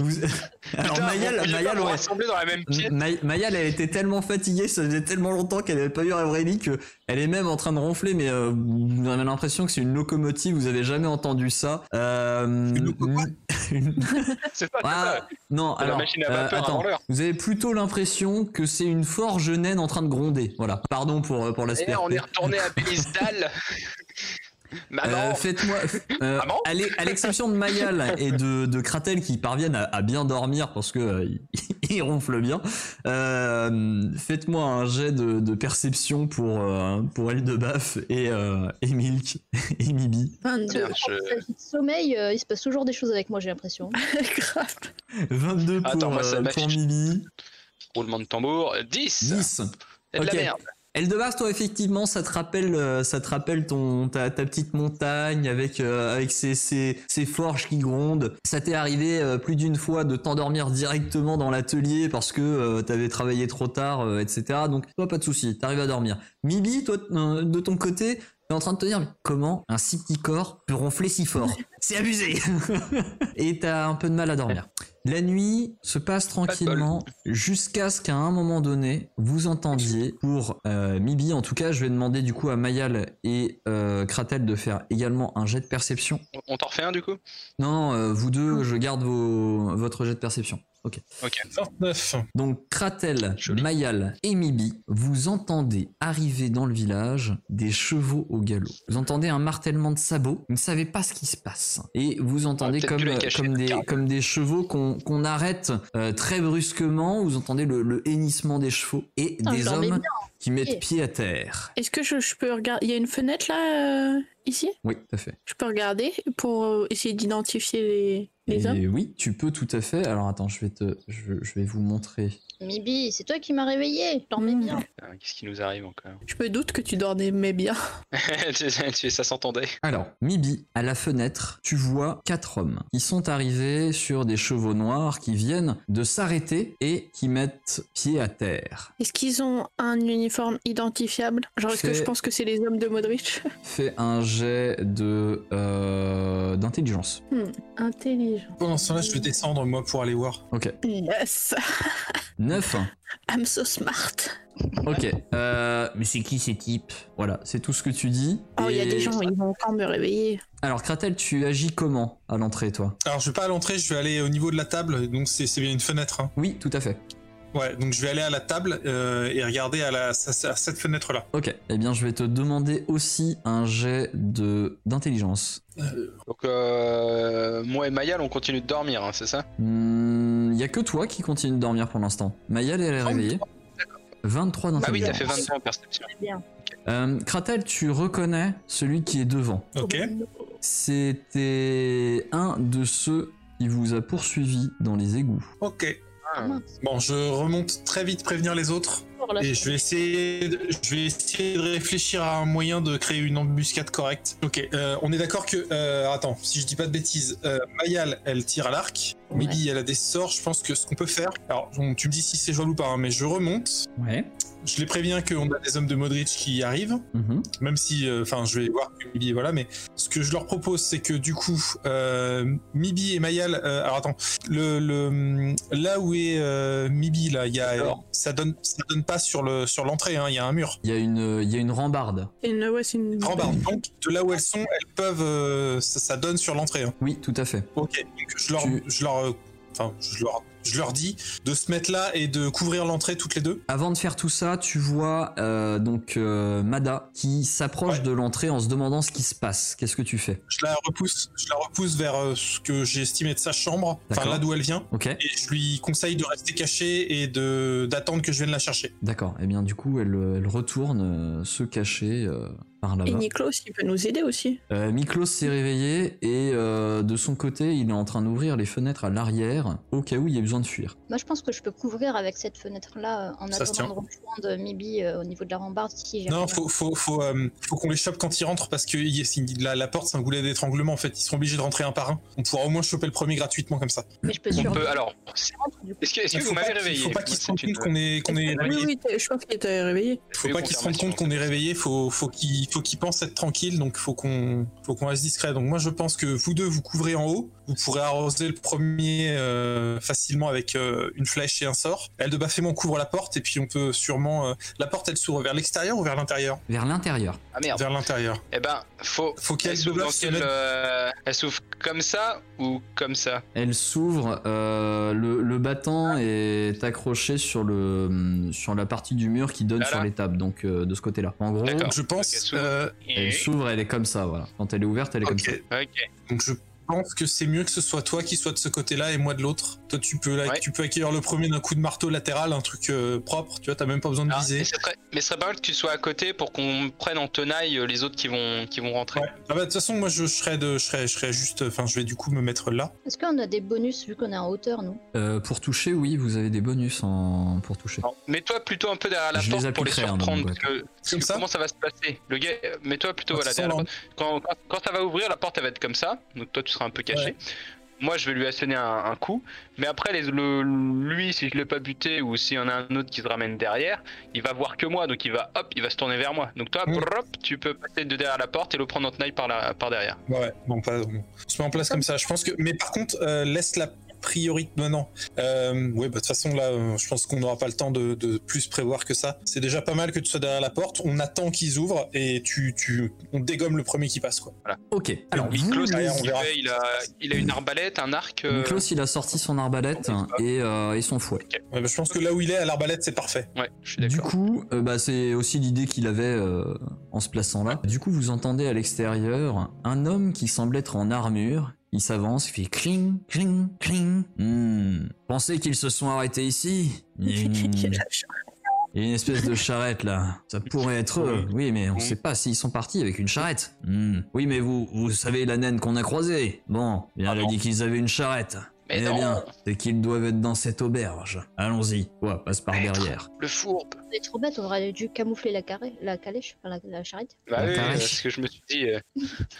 [SPEAKER 5] Vous- (laughs) Alors
[SPEAKER 3] Putain,
[SPEAKER 5] Mayal,
[SPEAKER 3] on peut
[SPEAKER 5] Mayal,
[SPEAKER 3] pas vous
[SPEAKER 5] ouais.
[SPEAKER 3] rassembler dans la même pièce.
[SPEAKER 5] May- Mayal, elle était tellement fatiguée, ça faisait tellement longtemps qu'elle n'avait pas vu Aurélie que elle est même en train de ronfler, mais euh, vous avez l'impression que c'est une locomotive, vous avez jamais entendu ça. Euh,
[SPEAKER 2] Une loco quoi
[SPEAKER 5] une- (laughs)
[SPEAKER 3] C'est ça, c'est
[SPEAKER 5] Ah,
[SPEAKER 3] ça.
[SPEAKER 5] non,
[SPEAKER 3] C'est la
[SPEAKER 5] alors,
[SPEAKER 3] machine à
[SPEAKER 5] euh,
[SPEAKER 3] vapeur
[SPEAKER 5] attends,
[SPEAKER 3] avant l'heure.
[SPEAKER 5] vous avez plutôt l'impression que c'est une forge naine en train de gronder. Voilà, pardon pour, euh, pour
[SPEAKER 3] Et
[SPEAKER 5] l'aspect.
[SPEAKER 3] Eh, on est retourné à
[SPEAKER 2] (laughs)
[SPEAKER 3] Bélisdal. Maman,
[SPEAKER 5] Euh,
[SPEAKER 3] (laughs)
[SPEAKER 5] Faites-moi. euh,
[SPEAKER 3] Maman
[SPEAKER 5] à l'e- à l'exception de Mayal et de, de Kratel qui parviennent à, à bien dormir parce que euh, (laughs) ils- ils ronflent bien, euh, faites-moi un jet de, de perception pour, euh, pour elle de baf et, euh, et Milk et Mibi.
[SPEAKER 4] 22.
[SPEAKER 3] Merde, je-
[SPEAKER 1] s'agit de sommeil, euh, il se passe toujours des choses avec moi, j'ai l'impression.
[SPEAKER 4] (laughs) Grave.
[SPEAKER 5] 22 pour,
[SPEAKER 3] Attends, moi, ça
[SPEAKER 5] euh, pour
[SPEAKER 3] m'affiche.
[SPEAKER 5] Mibi.
[SPEAKER 3] roulement de tambour, 10.
[SPEAKER 5] 10.
[SPEAKER 3] C'est de
[SPEAKER 5] ok.
[SPEAKER 3] la merde.
[SPEAKER 5] Elle de base, toi, effectivement, ça te rappelle, euh, ça te rappelle ton ta, ta petite montagne avec euh, avec ses, ses, ses forges qui grondent. Ça t'est arrivé euh, plus d'une fois de t'endormir directement dans l'atelier parce que euh, t'avais travaillé trop tard, euh, etc. Donc, toi, pas de souci, t'arrives à dormir. Mibi, toi, t- euh, de ton côté, t'es en train de te dire mais comment un si petit corps peut ronfler si fort (laughs) C'est abusé. Et t'as un peu de mal à dormir. La nuit se passe tranquillement jusqu'à ce qu'à un moment donné, vous entendiez pour euh, Mibi, en tout cas, je vais demander du coup à Mayal et euh, Kratel de faire également un jet de perception.
[SPEAKER 3] On- On t'en refait un du coup
[SPEAKER 5] Non, euh, vous deux,
[SPEAKER 1] Ah.
[SPEAKER 5] je garde vos, votre jet de perception. Ok.
[SPEAKER 2] 29.
[SPEAKER 5] Donc Kratel,
[SPEAKER 3] Joli.
[SPEAKER 5] Mayal et Mibi, vous entendez arriver dans le village des chevaux au galop. Vous entendez un martèlement de sabots, vous ne savez pas ce qui se passe. Et vous entendez
[SPEAKER 3] peut-être
[SPEAKER 5] comme, euh,
[SPEAKER 3] dû la cacher,
[SPEAKER 5] comme, des,
[SPEAKER 3] carrément.
[SPEAKER 5] comme des chevaux qu'on qu'on arrête euh, très brusquement, vous entendez le, le hennissement des chevaux et
[SPEAKER 1] Putain,
[SPEAKER 5] des
[SPEAKER 1] je dormais
[SPEAKER 5] hommes
[SPEAKER 1] bien.
[SPEAKER 5] qui mettent
[SPEAKER 1] Ok.
[SPEAKER 5] pied à terre.
[SPEAKER 4] Est-ce que je, je peux regarder Il y a une fenêtre là, euh, ici
[SPEAKER 5] Oui, tout à fait.
[SPEAKER 4] Je peux regarder pour euh, essayer d'identifier les,
[SPEAKER 5] Et
[SPEAKER 4] les hommes
[SPEAKER 5] oui, tu peux tout à fait. Alors attends, je vais, te, je, je vais vous montrer.
[SPEAKER 1] Mibi, c'est toi qui m'as réveillé, je dormais bien.
[SPEAKER 3] Putain, Qu'est-ce qui nous arrive (laughs) encore
[SPEAKER 4] Je me doute que tu dormais mais bien.
[SPEAKER 3] Tu- tu- Ça s'entendait.
[SPEAKER 5] Alors, Mibi, à la fenêtre, tu vois quatre hommes qui sont arrivés sur des chevaux noirs qui viennent de s'arrêter et qui mettent pied à terre.
[SPEAKER 4] Est-ce qu'ils ont un uniforme identifiable Genre, est-ce que
[SPEAKER 5] C'est-
[SPEAKER 4] je pense que c'est les hommes de Modric
[SPEAKER 5] Fais un jet de euh, d'intelligence.
[SPEAKER 4] Intelligent.
[SPEAKER 2] Pendant ce temps-là, je vais descendre, moi, pour aller voir.
[SPEAKER 5] Ok.
[SPEAKER 4] Yes
[SPEAKER 5] 9.
[SPEAKER 4] I'm so smart
[SPEAKER 5] Ok. Euh, mais c'est qui ces types Voilà, c'est tout ce que tu dis.
[SPEAKER 4] Oh, il y a
[SPEAKER 5] Et-
[SPEAKER 4] des gens, ils vont encore me réveiller.
[SPEAKER 5] Alors, Kratel, tu agis comment à l'entrée, toi
[SPEAKER 2] Alors, je vais pas à l'entrée, je vais aller au niveau de la table, donc c'est c'est bien une fenêtre. hein.
[SPEAKER 5] Oui, tout à fait.
[SPEAKER 2] Ouais, donc je vais aller à la table euh, et regarder à, la, à cette fenêtre-là.
[SPEAKER 5] Ok. Eh bien, je vais te demander aussi un jet de d'intelligence.
[SPEAKER 3] Donc, euh, moi et Mayal, on continue de dormir, hein, c'est ça
[SPEAKER 5] Il Hmm, y a que toi qui continue de dormir pour l'instant. Mayal, elle est réveillée. 23
[SPEAKER 3] Oh, Bah oui, t'as fait
[SPEAKER 5] d'intelligence.
[SPEAKER 3] 23 en perception.
[SPEAKER 5] Euh, Kratel, tu reconnais celui qui est devant.
[SPEAKER 2] Ok.
[SPEAKER 5] C'était un de ceux qui vous a poursuivi dans les égouts.
[SPEAKER 2] Ok.
[SPEAKER 5] Mm.
[SPEAKER 3] Ah.
[SPEAKER 2] Bon, je remonte très vite prévenir les autres
[SPEAKER 1] Pour la-
[SPEAKER 2] et je vais essayer de, je vais essayer de réfléchir à un moyen de créer une embuscade correcte. Ok, euh, on est d'accord que euh, attends, si je dis pas de bêtises, euh, Mayal elle tire à l'arc,
[SPEAKER 1] Ouais.
[SPEAKER 2] Midi elle a des sorts. Je pense que ce qu'on peut faire. Alors bon, tu me dis si c'est jouable ou pas, hein, mais je remonte.
[SPEAKER 5] Ouais.
[SPEAKER 2] Je les préviens qu'on a des hommes de Modric qui arrivent.
[SPEAKER 5] Mhm.
[SPEAKER 2] même si, euh, enfin, je vais voir que Mibi, voilà, mais ce que je leur propose, c'est que du coup, euh, Mibi et Mayal, euh, alors attends, le, le- là où est euh, Mibi, là, il y a,
[SPEAKER 3] Alors.
[SPEAKER 2] ça donne, ça donne pas sur le, sur l'entrée, hein, il y a un mur.
[SPEAKER 5] Il y, a une- il y a une rambarde.
[SPEAKER 4] C'est une- ouais, c'est une-
[SPEAKER 2] Rambarde. Donc, de là où elles sont, elles peuvent, euh, ça, ça donne sur l'entrée. hein.
[SPEAKER 5] Oui, tout à fait.
[SPEAKER 2] Ok. Donc, je leur,
[SPEAKER 5] Tu-
[SPEAKER 2] je leur, euh, enfin, je leur, je leur dis de se mettre là et de couvrir l'entrée toutes les deux.
[SPEAKER 5] Avant de faire tout ça, tu vois euh, donc euh, Mada qui s'approche
[SPEAKER 2] Ouais.
[SPEAKER 5] de l'entrée en se demandant ce qui se passe. Qu'est-ce que tu fais
[SPEAKER 2] Je la repousse, je la repousse vers euh, ce que j'ai estimé de sa chambre, enfin
[SPEAKER 5] D'accord.
[SPEAKER 2] là d'où elle vient.
[SPEAKER 5] Ok.
[SPEAKER 2] et je lui conseille de rester caché et de d'attendre que je vienne la chercher.
[SPEAKER 5] D'accord. Eh bien, du coup, elle, elle retourne euh, se cacher. euh, par là-bas.
[SPEAKER 4] Et Niklos, il peut nous aider aussi.
[SPEAKER 5] Euh, Miklos s'est réveillé et euh, de son côté, il est en train d'ouvrir les fenêtres à l'arrière au cas où il y a besoin de fuir.
[SPEAKER 1] Moi, je pense que je peux couvrir avec cette fenêtre-là euh, en
[SPEAKER 2] Ça se
[SPEAKER 1] attendant de rejoindre Mibi euh, au niveau de la rambarde si j'ai
[SPEAKER 2] Non,
[SPEAKER 1] rien.
[SPEAKER 2] faut, faut, faut, euh, faut qu'on les chope quand ils rentrent parce que il y a- c'est- la, la porte, c'est un goulet d'étranglement en fait. Ils seront obligés de rentrer un par un. On pourra au moins choper le premier gratuitement comme ça.
[SPEAKER 1] Mais je peux
[SPEAKER 3] On
[SPEAKER 1] sûrement
[SPEAKER 3] peut, alors, c'est-
[SPEAKER 1] rentrer, du coup.
[SPEAKER 3] est-ce que, est-ce que
[SPEAKER 2] Il faut
[SPEAKER 3] vous
[SPEAKER 2] pas
[SPEAKER 3] m'avez
[SPEAKER 2] qu'ils-
[SPEAKER 3] réveillé
[SPEAKER 2] faut pas qu'ils se
[SPEAKER 3] C'est
[SPEAKER 2] rendent
[SPEAKER 3] une-
[SPEAKER 2] compte qu'on est, qu'on est
[SPEAKER 4] Oui,
[SPEAKER 2] réveillé.
[SPEAKER 4] oui, t'es- je pense qu'il était réveillé.
[SPEAKER 2] Faut pas qu'ils se rendent compte qu'on est réveillé. Faut, faut qu'ils faut qu'ils pensent être tranquilles. Donc faut qu'on faut qu'on reste discret. Donc moi je pense que vous deux vous couvrez en haut. Vous pourrez arroser le premier euh, facilement avec euh, une flèche et un sort. Elle de Baffémon couvre la porte et puis on peut sûrement. euh, la porte elle s'ouvre vers l'extérieur ou vers l'intérieur
[SPEAKER 5] Vers l'intérieur.
[SPEAKER 3] Ah merde.
[SPEAKER 2] Vers l'intérieur.
[SPEAKER 3] Eh ben, faut.
[SPEAKER 2] Faut qu'elle
[SPEAKER 3] Elle s'ouvre
[SPEAKER 2] de
[SPEAKER 3] dans quel, euh, elle s'ouvre comme ça ou comme ça
[SPEAKER 5] Elle s'ouvre, euh, le, le battant est accroché sur, le, mm, sur la partie du mur qui donne
[SPEAKER 3] Là, là.
[SPEAKER 5] sur les tables, donc euh, de ce côté-là. En gros,
[SPEAKER 3] D'accord.
[SPEAKER 2] Je
[SPEAKER 3] Ok,
[SPEAKER 2] pense.
[SPEAKER 3] s'ouvre.
[SPEAKER 2] euh,
[SPEAKER 5] elle s'ouvre, elle est comme ça, voilà. Quand elle est ouverte, elle est
[SPEAKER 2] Ok.
[SPEAKER 5] comme ça.
[SPEAKER 3] Ok.
[SPEAKER 2] Donc je pense que c'est mieux que ce soit toi qui soit de ce côté-là et moi de l'autre. Toi tu peux là,
[SPEAKER 3] Ouais.
[SPEAKER 2] tu peux acquérir le premier d'un coup de marteau latéral, un truc euh, propre. Tu vois, t'as même pas besoin de
[SPEAKER 3] Ah,
[SPEAKER 2] viser.
[SPEAKER 3] mais, ce serait, mais ce serait pas mal que tu sois à côté pour qu'on prenne en tenaille euh, les autres qui vont, qui vont rentrer.
[SPEAKER 2] Ouais. Ah bah de toute façon moi je, je serais de, je serais, je serais juste, enfin je vais du coup me mettre là.
[SPEAKER 1] Est-ce qu'on a des bonus vu qu'on est en hauteur, nous
[SPEAKER 5] Euh, pour toucher, oui, vous avez des bonus en... pour toucher.
[SPEAKER 3] Non. Mets-toi plutôt un peu derrière la
[SPEAKER 5] Je
[SPEAKER 3] porte
[SPEAKER 5] les
[SPEAKER 3] pour les
[SPEAKER 5] appliquerai, hein,
[SPEAKER 3] surprendre.
[SPEAKER 5] donc, ouais.
[SPEAKER 3] parce que- parce
[SPEAKER 2] Comme
[SPEAKER 3] que
[SPEAKER 2] ça
[SPEAKER 3] Comment ça va se passer Le gars, euh, mets-toi plutôt
[SPEAKER 2] Ah,
[SPEAKER 3] voilà,
[SPEAKER 2] sans
[SPEAKER 3] derrière la
[SPEAKER 2] l'en-
[SPEAKER 3] porte. Quand, quand, quand ça va ouvrir, la porte elle va être comme ça. Donc toi, tu seras un peu caché.
[SPEAKER 2] Ouais.
[SPEAKER 3] Moi, je vais lui asséner un, un coup. Mais après, les- le, lui, si je l'ai pas buté ou s'il y en a un autre qui se ramène derrière, il va voir que moi. Donc il va hop, il va se tourner vers moi. Donc toi,
[SPEAKER 2] Mm.
[SPEAKER 3] brrop, tu peux passer de derrière la porte et le prendre en tenaille par, la, par derrière.
[SPEAKER 2] hein. Ouais, Ouais. Bon pas, on se met en place comme ça. Je pense que, mais par contre euh, laisse la priorité. Non non. Euh, ouais bah de toute façon là, euh, je pense qu'on n'aura pas le temps de, de plus prévoir que ça. C'est déjà pas mal que tu sois derrière la porte. On attend qu'ils ouvrent et tu, tu, on dégomme le premier qui passe quoi.
[SPEAKER 5] Ok, alors vous,
[SPEAKER 3] Miklos,
[SPEAKER 2] les-
[SPEAKER 3] qu'est-ce qu'il
[SPEAKER 2] on verra.
[SPEAKER 3] fait il, a, il a une arbalète, un arc. euh,
[SPEAKER 5] Miklos, il a sorti son arbalète et, euh, et son fouet.
[SPEAKER 2] Ouais, bah, je pense que là où il est à l'arbalète c'est parfait.
[SPEAKER 3] Ouais, je suis
[SPEAKER 5] Du
[SPEAKER 3] d'accord.
[SPEAKER 5] coup, euh, bah, c'est aussi l'idée qu'il avait euh, en se plaçant là. Du coup, vous entendez à l'extérieur un homme qui semble être en armure. Il s'avance, il fait cling, cling, cling. Hmm. Pensez qu'ils se sont arrêtés ici
[SPEAKER 3] (laughs)
[SPEAKER 5] Hmm.
[SPEAKER 4] Il a (laughs) la chance.
[SPEAKER 5] Il y a une espèce de charrette là. Ça pourrait être eux. Oui, mais on sait pas s'ils sont partis avec une charrette. Hmm. Oui, mais vous, vous savez la naine qu'on a croisée. Bon, bien,
[SPEAKER 3] Ah
[SPEAKER 5] elle a
[SPEAKER 3] bon.
[SPEAKER 5] dit qu'ils avaient une charrette.
[SPEAKER 3] Mais
[SPEAKER 5] eh
[SPEAKER 3] non.
[SPEAKER 5] bien, c'est qu'ils doivent être dans cette auberge. Allons-y. Ouais, passe par
[SPEAKER 3] Maître.
[SPEAKER 5] derrière.
[SPEAKER 3] Le fourbe.
[SPEAKER 1] On est trop bête, on aurait dû camoufler la, carré- la calèche, enfin, la, la charrette.
[SPEAKER 3] Bah
[SPEAKER 5] La
[SPEAKER 3] oui,
[SPEAKER 5] carèche.
[SPEAKER 3] c'est ce que je me suis dit. euh,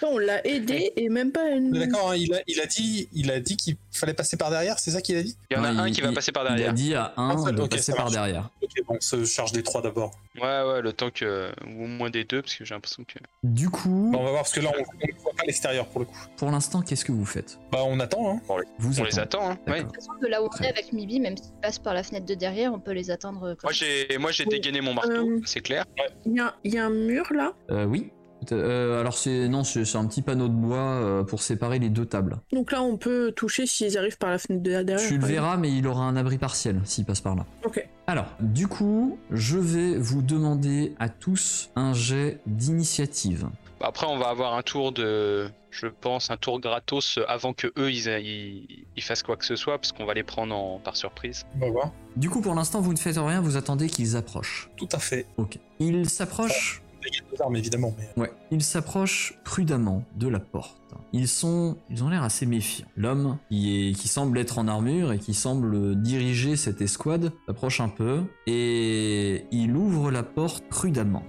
[SPEAKER 4] Non, on l'a aidé et même pas une.
[SPEAKER 2] On est D'accord, hein, il, a, il a dit, il a dit qu'il fallait passer par derrière, c'est ça qu'il a dit.
[SPEAKER 3] Il y en a
[SPEAKER 5] Ouais,
[SPEAKER 3] un
[SPEAKER 5] il-
[SPEAKER 3] qui va passer par
[SPEAKER 5] Il a
[SPEAKER 3] derrière.
[SPEAKER 5] dit à un
[SPEAKER 2] Ah, ça,
[SPEAKER 5] de
[SPEAKER 2] ok,
[SPEAKER 5] passer
[SPEAKER 2] ça
[SPEAKER 5] par
[SPEAKER 2] marche.
[SPEAKER 5] derrière.
[SPEAKER 2] Ok, bon, on se charge des trois d'abord.
[SPEAKER 3] Ouais, ouais, le temps que. Ou au moins des deux, parce que j'ai l'impression que.
[SPEAKER 5] Du coup,
[SPEAKER 2] Bah, on va voir parce que là on on voit pas l'extérieur pour le coup.
[SPEAKER 5] pour l'instant, qu'est-ce que vous faites
[SPEAKER 2] Bah on attend. Hein.
[SPEAKER 5] Vous
[SPEAKER 3] On les attend, hein. Ouais.
[SPEAKER 5] D'accord.
[SPEAKER 1] De toute façon, de là où on
[SPEAKER 5] Très
[SPEAKER 1] est avec Mibi, même s'il passe par la fenêtre de derrière, on peut les atteindre. Comme...
[SPEAKER 3] Moi, j'ai, moi, j'ai dégainé mon marteau,
[SPEAKER 4] Euh.
[SPEAKER 3] c'est clair.
[SPEAKER 4] Il y, a- il y a un mur là,
[SPEAKER 5] Euh, oui. Euh, alors c'est non, c'est c'est un petit panneau de bois euh, pour séparer les deux tables.
[SPEAKER 4] donc là on peut toucher s'ils arrivent par la fenêtre de
[SPEAKER 2] Ah,
[SPEAKER 4] derrière.
[SPEAKER 5] Tu le verras, mais il aura un abri partiel s'il passe par là.
[SPEAKER 4] Ok.
[SPEAKER 5] Alors, du coup, je vais vous demander à tous un jet d'initiative.
[SPEAKER 3] Bah, Après, on va avoir un tour de. Je pense, un tour gratos avant que eux ils, ils, ils fassent quoi que ce soit, parce qu'on va les prendre en- par surprise.
[SPEAKER 2] On va voir.
[SPEAKER 5] Du coup, pour l'instant, vous ne faites rien, vous attendez qu'ils approchent.
[SPEAKER 2] Tout à fait.
[SPEAKER 5] Ok. Ils s'approchent
[SPEAKER 2] Il y a deux armes évidemment, mais euh,
[SPEAKER 5] Ouais. Ils s'approchent prudemment de la porte. Ils sont, ils ont l'air assez méfiants. L'homme qui est, qui semble être en armure et qui semble diriger cette escouade s'approche un peu et il ouvre la porte prudemment.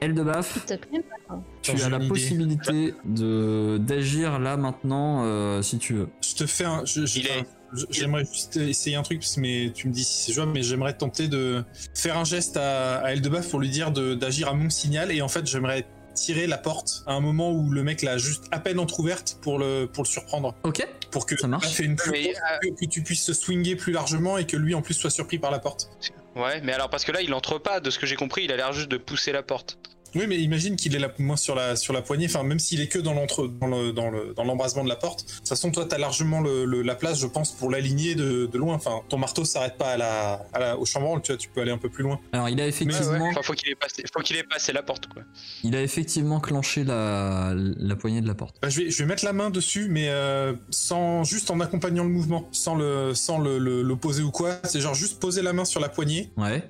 [SPEAKER 5] Elle de baffe.
[SPEAKER 1] T'as quand même pas-
[SPEAKER 5] Tu
[SPEAKER 2] J'ai
[SPEAKER 5] as la
[SPEAKER 2] une idée.
[SPEAKER 5] possibilité de d'agir là maintenant euh, si tu veux.
[SPEAKER 2] je te fais un. je- je-
[SPEAKER 3] Il est-
[SPEAKER 2] enfin, je- J'aimerais juste essayer un truc, parce- mais tu me dis si c'est jouable, mais j'aimerais tenter de faire un geste à, à Eldebaf pour lui dire de- d'agir à mon signal, et en fait j'aimerais tirer la porte à un moment où le mec l'a juste à peine entrouverte pour le, pour le surprendre,
[SPEAKER 5] Ok.
[SPEAKER 2] pour que
[SPEAKER 5] Ça marche.
[SPEAKER 2] Eldebaf ait une plus
[SPEAKER 3] Mais, euh,
[SPEAKER 2] grosse queue, que tu puisses se swinger plus largement et que lui en plus soit surpris par la porte.
[SPEAKER 3] Ouais, mais alors, parce que là, il entre pas, de ce que j'ai compris, il a l'air juste de pousser la porte.
[SPEAKER 2] Oui, mais imagine qu'il est la moins sur la, sur la poignée, enfin, même s'il est que dans l'entre, dans le, dans le, dans l'embrasement de la porte. De toute façon, toi, t'as largement le, le- la place, je pense, pour l'aligner de, de loin. Enfin, ton marteau s'arrête pas à la, à la, au chambranle, tu vois, tu peux aller un peu plus loin.
[SPEAKER 5] Alors il a effectivement,
[SPEAKER 3] Enfin, faut qu'il ait passé, faut qu'il ait passé la porte, quoi.
[SPEAKER 5] il a effectivement clenché la, la poignée de la porte.
[SPEAKER 2] Bah, je vais, je vais mettre la main dessus, mais, euh, sans, juste en accompagnant le mouvement, sans le, sans le, le, le poser ou quoi. C'est genre juste poser la main sur la poignée
[SPEAKER 5] Ouais.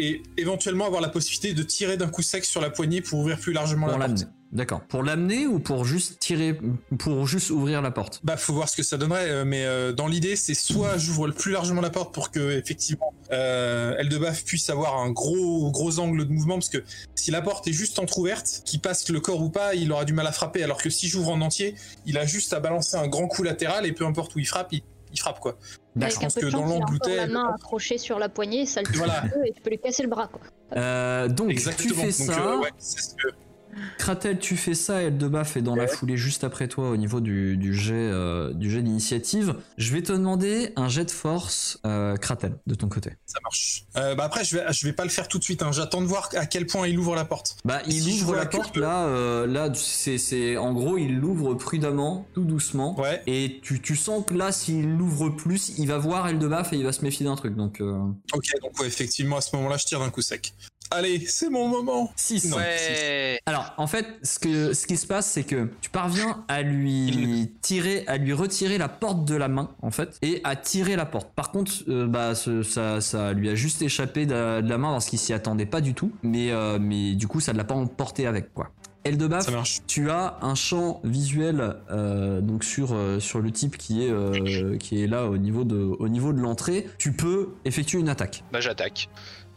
[SPEAKER 2] et éventuellement avoir la possibilité de tirer d'un coup sec sur la poignée pour ouvrir plus largement
[SPEAKER 5] Pour
[SPEAKER 2] la porte.
[SPEAKER 5] l'amener. D'accord. Pour l'amener ou pour juste tirer, pour juste ouvrir la porte
[SPEAKER 2] Bah, faut voir ce que ça donnerait, euh, mais euh, dans l'idée, c'est soit j'ouvre le plus largement la porte pour que effectivement euh, Eldebaf puisse avoir un gros gros angle de mouvement, parce que si la porte est juste entrouverte, qu'il passe le corps ou pas, il aura du mal à frapper, alors que si j'ouvre en entier, il a juste à balancer un grand coup latéral et peu importe où il frappe, il, il frappe quoi.
[SPEAKER 1] Avec un
[SPEAKER 2] Bah, pense
[SPEAKER 1] peu de
[SPEAKER 2] que dans
[SPEAKER 1] chance, il a
[SPEAKER 2] l'angle où
[SPEAKER 1] encore
[SPEAKER 2] t'es,
[SPEAKER 1] la
[SPEAKER 2] elle
[SPEAKER 1] main
[SPEAKER 2] peut-
[SPEAKER 1] accrochée sur la poignée, ça le tire
[SPEAKER 2] Voilà.
[SPEAKER 1] un peu et tu peux lui casser le bras. Quoi.
[SPEAKER 5] Euh, donc
[SPEAKER 2] Exactement.
[SPEAKER 5] tu fais
[SPEAKER 2] Donc,
[SPEAKER 5] ça,
[SPEAKER 2] euh, ouais, c'est ce que-
[SPEAKER 5] Kratel, tu fais ça, elle de baffe est dans la foulée juste après toi au niveau du, du jet euh, du jet d'initiative. Je vais te demander un jet de force, euh, Kratel, de ton côté.
[SPEAKER 2] ça marche. Euh, bah après, je vais je vais pas le faire tout de suite. hein. J'attends de voir à quel point il ouvre la porte.
[SPEAKER 5] Bah, il
[SPEAKER 2] Si je
[SPEAKER 5] ouvre
[SPEAKER 2] vois
[SPEAKER 5] la
[SPEAKER 2] que-
[SPEAKER 5] porte là, euh, là, c'est, c'est, en gros, il l'ouvre prudemment, tout doucement.
[SPEAKER 2] Ouais.
[SPEAKER 5] Et tu, tu sens que là, s'il l'ouvre plus, il va voir elle de baffe et il va se méfier d'un truc. Donc, euh...
[SPEAKER 2] Ok, donc ouais, effectivement, à ce moment-là, je tire d'un coup sec. Allez, c'est mon moment.
[SPEAKER 5] 6.
[SPEAKER 2] Non.
[SPEAKER 3] Ouais.
[SPEAKER 5] Alors, en fait, ce, que, ce qui se passe, c'est que tu parviens à lui tirer, à lui retirer la porte de la main, en fait, et à tirer la porte. Par contre, euh, bah, ce- ça, ça lui a juste échappé de la, de la main parce qu'il s'y attendait pas du tout, mais, euh, mais du coup, ça ne l'a pas emporté avec, quoi. Elle de
[SPEAKER 2] Ça marche.
[SPEAKER 5] tu as un champ visuel euh, donc sur euh, sur le type qui est euh, qui est là au niveau de au niveau de l'entrée. Tu peux effectuer une attaque.
[SPEAKER 3] Bah j'attaque.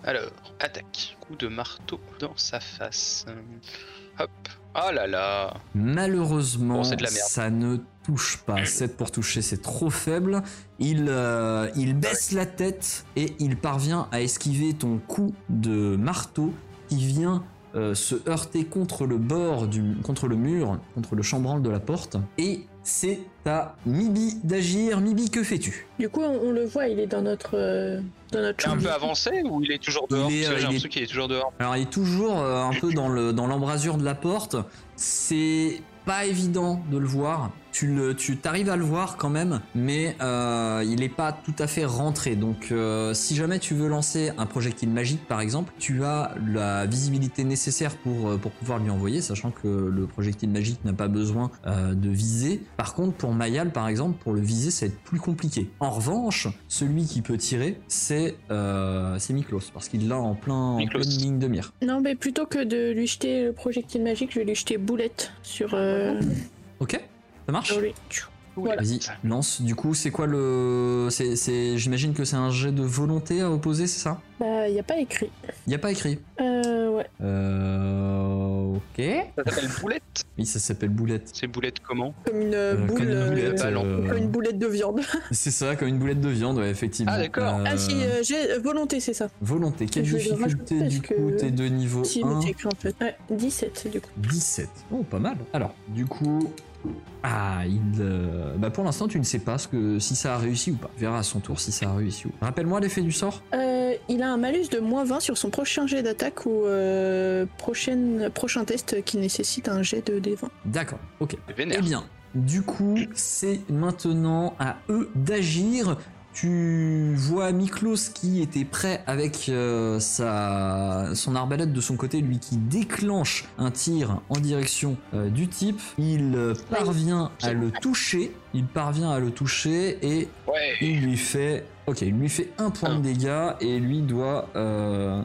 [SPEAKER 3] Alors, attaque. Coup de marteau dans sa face. Hop. Ah là là.
[SPEAKER 5] Malheureusement,
[SPEAKER 3] Bon, c'est de la merde.
[SPEAKER 5] ça ne touche pas. 7 pour toucher, c'est trop faible. Il, euh, il baisse la tête et il parvient à esquiver ton coup de marteau qui vient euh, se heurter contre le bord, du, contre le mur, contre le chambranle de la porte. Et c'est à Mibi d'agir. Mibi, que fais-tu
[SPEAKER 4] Du coup, on, on le voit, il est dans notre, euh, dans notre
[SPEAKER 3] Il est un
[SPEAKER 4] chambre.
[SPEAKER 3] peu avancé ou il est toujours dehors
[SPEAKER 5] Il est,
[SPEAKER 3] Parce
[SPEAKER 5] euh,
[SPEAKER 3] que J'ai
[SPEAKER 5] il est-
[SPEAKER 3] l'impression qu'il est toujours dehors.
[SPEAKER 5] Alors il est toujours euh, un peu dans le dans l'embrasure de la porte. C'est pas évident de le voir. Tu le tu t'arrives à le voir quand même, mais euh, il est pas tout à fait rentré. Donc euh, si jamais tu veux lancer un projectile magique par exemple, tu as la visibilité nécessaire pour euh, pour pouvoir lui envoyer, sachant que le projectile magique n'a pas besoin euh, de viser. Par contre pour Mayal par exemple, pour le viser, ça va être plus compliqué. En revanche, celui qui peut tirer, c'est euh, c'est Miklos parce qu'il l'a en plein en
[SPEAKER 3] Miklos.
[SPEAKER 5] pleine ligne de mire.
[SPEAKER 4] Non, mais plutôt que de lui jeter le projectile magique, je vais lui jeter boulette sur, euh,
[SPEAKER 5] Ok, ça marche.
[SPEAKER 4] sur lui. Voilà.
[SPEAKER 5] Vas-y, lance. Du coup, c'est quoi le C'est, c'est- j'imagine que c'est un jet de volonté à opposer, c'est ça
[SPEAKER 4] Bah, y a pas écrit.
[SPEAKER 5] Il y a pas écrit.
[SPEAKER 4] Euh, ouais.
[SPEAKER 5] Euh, ok.
[SPEAKER 3] Ça s'appelle boulette
[SPEAKER 5] Oui, ça s'appelle boulette.
[SPEAKER 3] C'est boulette comment
[SPEAKER 4] Comme une euh,
[SPEAKER 5] Euh,
[SPEAKER 4] boule.
[SPEAKER 5] comme une
[SPEAKER 4] euh,
[SPEAKER 5] boulette.
[SPEAKER 3] balle en-
[SPEAKER 5] euh,
[SPEAKER 4] comme une boulette de viande.
[SPEAKER 5] C'est ça, comme une boulette de viande, ouais, effectivement.
[SPEAKER 3] Ah, d'accord.
[SPEAKER 5] Euh,
[SPEAKER 4] (laughs) Ah si, euh, j'ai euh, volonté, c'est ça.
[SPEAKER 5] Volonté. Quelle
[SPEAKER 4] Je vais le
[SPEAKER 5] difficulté
[SPEAKER 4] rajouter
[SPEAKER 5] du
[SPEAKER 4] parce
[SPEAKER 5] coup
[SPEAKER 4] que-
[SPEAKER 5] T'es de niveau
[SPEAKER 4] Si,
[SPEAKER 5] 1.
[SPEAKER 4] il est écrit en fait. Ouais, 17 du coup.
[SPEAKER 5] 17. Oh, pas mal. Alors, du coup. Ah, il. euh, Bah, pour l'instant, tu ne sais pas ce que... si ça a réussi ou pas. On verra à son tour si ça a réussi ou pas. Rappelle-moi l'effet du sort.
[SPEAKER 4] Euh, il a un malus de moins 20 sur son prochain jet d'attaque ou euh, prochaine, prochain test qui nécessite un jet de D20.
[SPEAKER 5] D'accord, ok. Eh
[SPEAKER 3] C'est vénère.
[SPEAKER 5] bien, du coup, c'est maintenant à eux d'agir. Tu vois Miklos qui était prêt avec euh, sa, son arbalète de son côté, lui qui déclenche un tir en direction euh, du type. Il euh, parvient à le toucher, il parvient à le toucher et
[SPEAKER 3] Ouais.
[SPEAKER 5] il lui fait, ok, il lui fait un point de dégâts et lui doit, euh,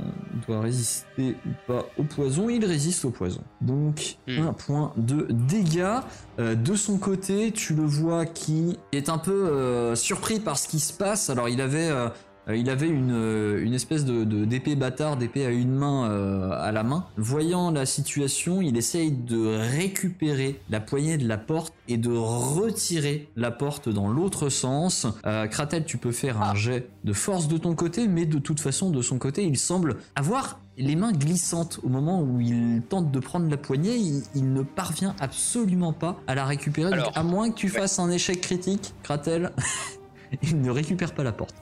[SPEAKER 5] doit résister ou pas au poison. Il résiste au poison. Donc
[SPEAKER 3] Hmm.
[SPEAKER 5] un point de dégâts. Euh, de son côté, tu le vois qui est un peu euh, surpris par ce qui se passe. Alors il avait euh, euh, Il avait une, euh, une espèce de de- d'épée bâtard, d'épée à une main euh, à la main. Voyant la situation, il essaye de récupérer la poignée de la porte et de retirer la porte dans l'autre sens. Euh, Kratel, tu peux faire un jet de force de ton côté, mais de toute façon, de son côté, il semble avoir les mains glissantes au moment où il tente de prendre la poignée. Il, il ne parvient absolument pas à la récupérer. Donc,
[SPEAKER 3] Alors,
[SPEAKER 5] à moins que tu fasses un échec critique, Kratel, (laughs) il ne récupère pas la porte.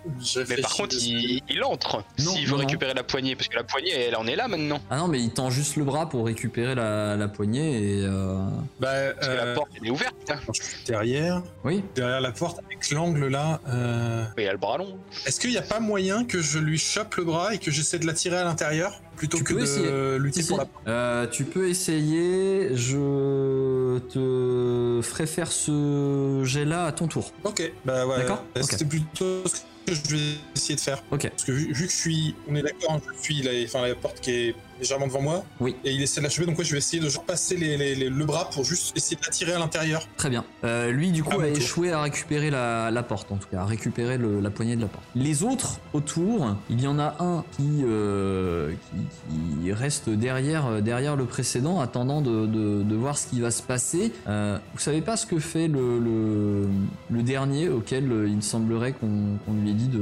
[SPEAKER 3] Mais par contre, il, il entre
[SPEAKER 5] Non,
[SPEAKER 3] s'il veut
[SPEAKER 5] non, non.
[SPEAKER 3] récupérer la poignée, parce que la poignée, elle en est là maintenant.
[SPEAKER 5] Ah non, mais il tend juste le bras pour récupérer la, la poignée et. euh,
[SPEAKER 2] Bah,
[SPEAKER 3] Parce que la
[SPEAKER 2] euh,
[SPEAKER 3] porte, elle est ouverte. hein.
[SPEAKER 2] attends, je suis derrière,
[SPEAKER 5] Oui.
[SPEAKER 2] derrière la porte avec l'angle là, euh,
[SPEAKER 3] Mais il a le bras long.
[SPEAKER 2] est-ce qu'il n'y a pas moyen que je lui chope le bras et que j'essaie de la tirer à l'intérieur plutôt
[SPEAKER 5] Tu
[SPEAKER 2] que
[SPEAKER 5] peux
[SPEAKER 2] de
[SPEAKER 5] essayer.
[SPEAKER 2] lutter pour la
[SPEAKER 5] Euh, tu peux essayer. Je te ferai faire ce jet-là à ton tour.
[SPEAKER 2] Ok, bah ouais.
[SPEAKER 5] D'accord,
[SPEAKER 2] euh,
[SPEAKER 5] ok.
[SPEAKER 2] C'était plutôt ce que je vais essayer de faire.
[SPEAKER 5] Ok.
[SPEAKER 2] Parce que vu, vu que je suis, on est d'accord, hein, je suis la, enfin, la porte qui est légèrement devant moi.
[SPEAKER 5] Oui.
[SPEAKER 2] Et il essaie de l'achever, donc ouais, je vais essayer de genre passer les, les- les- le bras pour juste essayer de l'attirer à l'intérieur.
[SPEAKER 5] Très bien. Euh, lui, du coup,
[SPEAKER 2] À mon
[SPEAKER 5] a
[SPEAKER 2] tour.
[SPEAKER 5] échoué à récupérer la, la porte, en tout cas, à récupérer le- la poignée de la porte. Les autres autour, il y en a un qui, euh, qui, qui reste derrière, euh, derrière le précédent, attendant de, de- de voir ce qui va se passer. Euh, vous savez pas ce que fait le, le, le dernier, auquel euh, il semblerait qu'on qu'on lui ait dit de,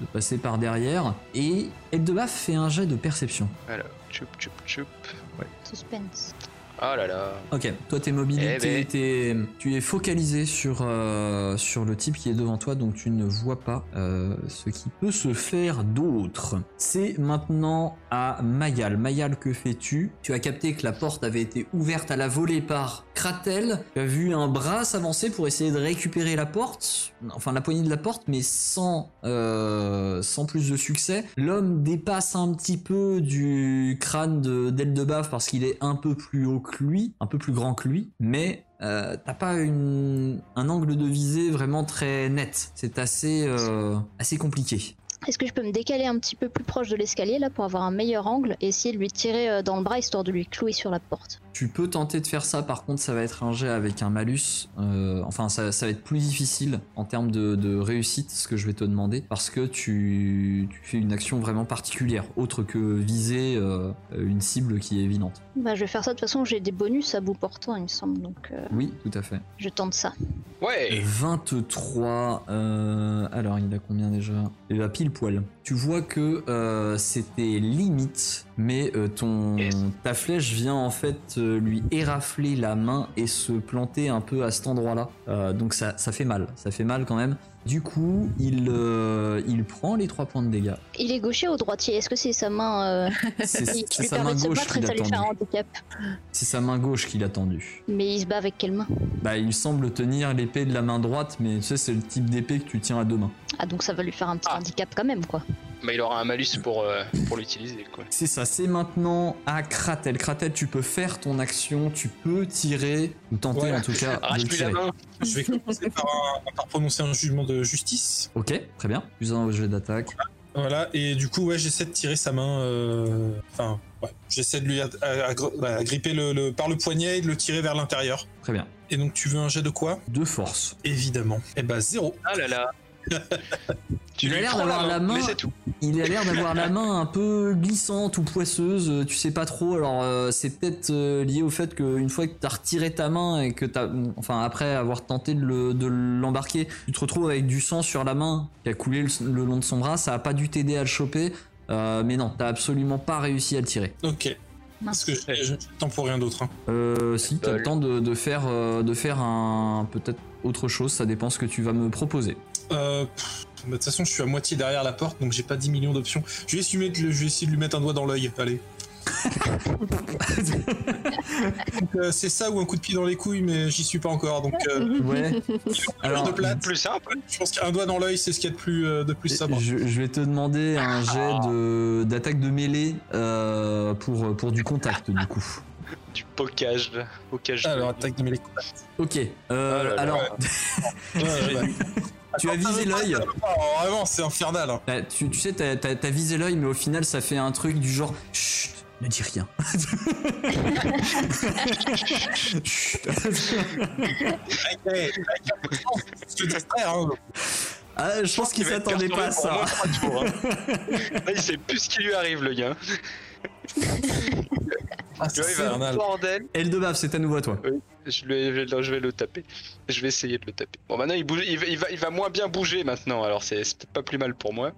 [SPEAKER 5] de passer par derrière. Et Eldebaf fait un jet de perception.
[SPEAKER 3] Alors, choup, choup, choup.
[SPEAKER 1] Suspense.
[SPEAKER 3] Oh là là.
[SPEAKER 5] Ok, toi t'es mobilisé,
[SPEAKER 3] Eh
[SPEAKER 5] t'es-
[SPEAKER 3] ben.
[SPEAKER 5] t'es- tu es focalisé sur, euh, sur le type qui est devant toi, donc tu ne vois pas euh, ce qui peut se faire d'autre. C'est maintenant à Mayal. Mayal, que fais-tu Tu as capté que la porte avait été ouverte à la volée par Kratel. Tu as vu un bras s'avancer pour essayer de récupérer la porte, enfin la poignée de la porte, mais sans, euh, sans plus de succès. L'homme dépasse un petit peu du crâne de d'Eldebaf parce qu'il est un peu plus haut que lui, un peu plus grand que lui, mais euh, t'as pas une, un angle de visée vraiment très net. C'est assez, euh, assez compliqué.
[SPEAKER 1] Est-ce que je peux me décaler un petit peu plus proche de l'escalier là pour avoir un meilleur angle et essayer de lui tirer euh, dans le bras histoire de lui clouer sur la porte
[SPEAKER 5] Tu peux tenter de faire ça, par contre ça va être un jet avec un malus. euh, enfin ça, ça va être plus difficile en termes de, de réussite, ce que je vais te demander, parce que tu, tu fais une action vraiment particulière, autre que viser euh, une cible qui est évidente.
[SPEAKER 1] Bah je vais faire ça de toute façon, j'ai des bonus à bout portant il me semble donc euh,
[SPEAKER 5] Oui, tout à fait.
[SPEAKER 1] je tente ça.
[SPEAKER 3] Ouais.
[SPEAKER 5] 23. euh, alors, il a combien déjà Il a pile poil. Tu vois que euh, c'était limite, mais euh, ton
[SPEAKER 3] Yes.
[SPEAKER 5] ta flèche vient en fait euh, lui érafler la main et se planter un peu à cet endroit-là. Euh, donc ça, ça fait mal. Ça fait mal quand même. Du coup, il, euh, il prend les 3 points de
[SPEAKER 1] (laughs)
[SPEAKER 5] dégâts.
[SPEAKER 1] Il est gaucher ou droitier Est-ce que c'est sa main euh,
[SPEAKER 5] C'est
[SPEAKER 1] qui qui
[SPEAKER 5] c'est
[SPEAKER 1] lui
[SPEAKER 5] sa
[SPEAKER 1] permet
[SPEAKER 5] main
[SPEAKER 1] de se
[SPEAKER 5] gauche
[SPEAKER 1] battre
[SPEAKER 5] qui
[SPEAKER 1] et
[SPEAKER 5] l'a
[SPEAKER 1] ça lui fait un
[SPEAKER 5] tendu.
[SPEAKER 1] handicap
[SPEAKER 5] C'est sa main gauche qui l'a tendu.
[SPEAKER 1] Mais il se bat avec quelle main
[SPEAKER 5] Bah, il semble tenir l'épée de la main droite, mais tu sais, c'est le type d'épée que tu tiens à deux mains.
[SPEAKER 1] Ah donc ça va lui faire un petit
[SPEAKER 3] Ah.
[SPEAKER 1] handicap quand même quoi.
[SPEAKER 3] Bah, il aura un malus pour, euh, pour l'utiliser, quoi.
[SPEAKER 5] C'est ça, c'est maintenant à Kratel. Kratel, tu peux faire ton action, tu peux tirer, ou tenter
[SPEAKER 2] Ouais. Ah,
[SPEAKER 5] en tout cas de le
[SPEAKER 3] Arrache-lui la
[SPEAKER 5] tirer.
[SPEAKER 3] main.
[SPEAKER 2] Je vais commencer par, un- par prononcer un jugement de justice.
[SPEAKER 5] Ok, très bien. Plus un au jeu d'attaque.
[SPEAKER 2] Voilà, et du coup, ouais, j'essaie de tirer sa main. euh, Enfin, ouais, j'essaie de lui a- a- a- a- gripper le, le- par le poignet et de le tirer vers l'intérieur.
[SPEAKER 5] Très bien.
[SPEAKER 2] Et donc, tu veux un jet de quoi
[SPEAKER 5] De force.
[SPEAKER 2] Évidemment. Eh bah, zéro.
[SPEAKER 3] Ah
[SPEAKER 5] (laughs)
[SPEAKER 3] là là.
[SPEAKER 5] Il a
[SPEAKER 3] lui
[SPEAKER 5] l'air
[SPEAKER 3] prends
[SPEAKER 5] d'avoir la main.
[SPEAKER 3] Mais c'est tout.
[SPEAKER 5] Il a l'air d'avoir la main un peu glissante ou poisseuse, euh, tu sais pas trop. Alors euh, c'est peut-être euh, lié au fait qu'une fois que t'as retiré ta main et que t'as, enfin après avoir tenté de, le- de l'embarquer, tu te retrouves avec du sang sur la main qui a coulé le, le long de son bras. Ça a pas dû t'aider à le choper, euh, mais non, t'as absolument pas réussi à le tirer.
[SPEAKER 2] Ok. Parce que j'ai j'ai le temps pour rien d'autre. hein.
[SPEAKER 5] Euh, si t'as
[SPEAKER 3] Bol.
[SPEAKER 5] le temps de, de faire euh, de faire un peut-être autre chose, ça dépend ce que tu vas me proposer.
[SPEAKER 2] Euh, pff, bah, De toute façon, je suis à moitié derrière la porte, donc j'ai pas 10 millions d'options. Je vais, essayer de lui mettre le- je vais essayer de lui mettre un doigt dans l'œil. Allez. Donc, euh, c'est ça ou un coup de pied dans les couilles, mais j'y suis pas encore. Donc, euh,
[SPEAKER 5] Ouais.
[SPEAKER 2] de
[SPEAKER 5] Alors
[SPEAKER 2] plate.
[SPEAKER 3] Plus simple.
[SPEAKER 2] je pense qu'un doigt dans l'œil, c'est ce qu'il y a de plus, euh, de plus sabre.
[SPEAKER 5] je, je vais te demander un jet de- d'attaque de mêlée euh, pour pour du contact du coup.
[SPEAKER 3] Du bocage. Bocage.
[SPEAKER 2] Alors, attaque de mêlée.
[SPEAKER 5] Ok. euh,
[SPEAKER 3] Oh là là.
[SPEAKER 5] alors
[SPEAKER 2] Ouais, ouais, ouais.
[SPEAKER 5] tu as visé l'œil.
[SPEAKER 2] Oh, vraiment, c'est infernal. hein.
[SPEAKER 5] Bah, tu, tu sais t'as t'as- t'as visé l'œil, mais au final ça fait un truc du genre. Chut, ne dis rien. Chut.
[SPEAKER 2] Je te distraire, hein.
[SPEAKER 5] Ah, je pense qu'il s'attendait pas à ça. (laughs)
[SPEAKER 3] Là, hein. il sait plus ce qui lui arrive, le gars.
[SPEAKER 2] Ah,
[SPEAKER 3] Tu
[SPEAKER 2] c'est
[SPEAKER 3] vois, il va
[SPEAKER 2] infernal.
[SPEAKER 3] bordel.
[SPEAKER 5] Eldebaf, c'est à nouveau à toi.
[SPEAKER 3] Je, lui- je vais- je vais le taper. Je vais essayer de le taper. Bon, maintenant, il, bouge, il, va, il, va, il va moins bien bouger maintenant. Alors, c'est c'est peut-être pas plus mal pour moi.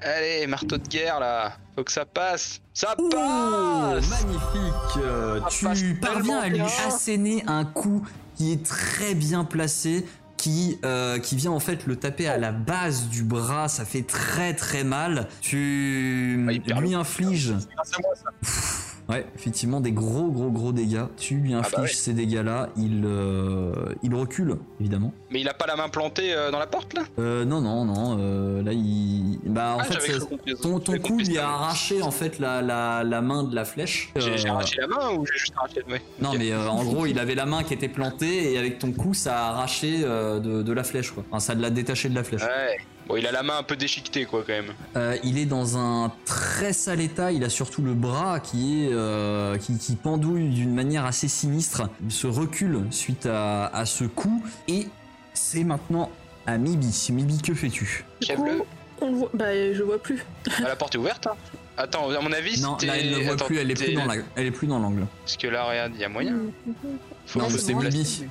[SPEAKER 3] Allez, marteau de guerre, là. Faut que ça passe. Ça
[SPEAKER 5] Ouh,
[SPEAKER 3] passe
[SPEAKER 5] magnifique euh,
[SPEAKER 3] Ah, passe
[SPEAKER 5] Tu parviens
[SPEAKER 3] tellement
[SPEAKER 5] à lui
[SPEAKER 3] bien.
[SPEAKER 5] asséner un coup qui est très bien placé, qui, euh, qui vient en fait le taper à la base du bras, ça fait très très mal. Tu
[SPEAKER 3] Ah, il perd
[SPEAKER 5] lui infliges,
[SPEAKER 2] Grâce à moi, ça.
[SPEAKER 5] ouais, effectivement, des gros gros gros dégâts. Tu lui infliges
[SPEAKER 3] bah ouais.
[SPEAKER 5] ces dégâts-là, il, euh, il recule, évidemment.
[SPEAKER 3] Mais il a pas la main plantée euh, dans la porte, là
[SPEAKER 5] Euh, non, non, non, euh, là il... Bah en
[SPEAKER 3] Ah,
[SPEAKER 5] fait,
[SPEAKER 3] j'avais
[SPEAKER 5] ça-
[SPEAKER 3] cru qu'on-
[SPEAKER 5] ton, ton
[SPEAKER 3] j'avais
[SPEAKER 5] coup
[SPEAKER 3] compris
[SPEAKER 5] lui a
[SPEAKER 3] ça.
[SPEAKER 5] arraché en fait la, la, la main de la flèche.
[SPEAKER 3] J'ai j'ai
[SPEAKER 5] Euh,
[SPEAKER 3] arraché la main ou j'ai juste arraché le. ouais.
[SPEAKER 5] Non,
[SPEAKER 3] Ok.
[SPEAKER 5] mais euh, en gros, il avait la main qui était plantée et avec ton coup, ça a arraché euh, de, de la flèche, quoi. Enfin, ça l'a détaché de la flèche.
[SPEAKER 3] Ouais. Bon, il a la main un peu déchiquetée, quoi, quand (laughs) même.
[SPEAKER 5] Euh, il est dans un très sale état. Il a surtout le bras qui est euh, qui, qui pendouille d'une manière assez sinistre. Il se recule suite à, à ce coup et c'est maintenant à Mibi. Mibi, que fais-tu
[SPEAKER 4] Du
[SPEAKER 3] Chèvre
[SPEAKER 4] coup,
[SPEAKER 3] le.
[SPEAKER 4] on le voit. Bah, je vois plus.
[SPEAKER 3] Ah, la porte est ouverte, hein. Attends, à mon avis,
[SPEAKER 5] Non,
[SPEAKER 3] c'était-
[SPEAKER 5] là elle ne voit
[SPEAKER 3] Attends,
[SPEAKER 5] plus. Elle est plus
[SPEAKER 3] t'es-
[SPEAKER 5] dans la, elle est plus dans l'angle.
[SPEAKER 3] Parce que là, regarde, il y a moyen.
[SPEAKER 4] Hum.
[SPEAKER 3] Faut
[SPEAKER 5] Non, c'est
[SPEAKER 3] faut se déplacer.
[SPEAKER 5] Mibi.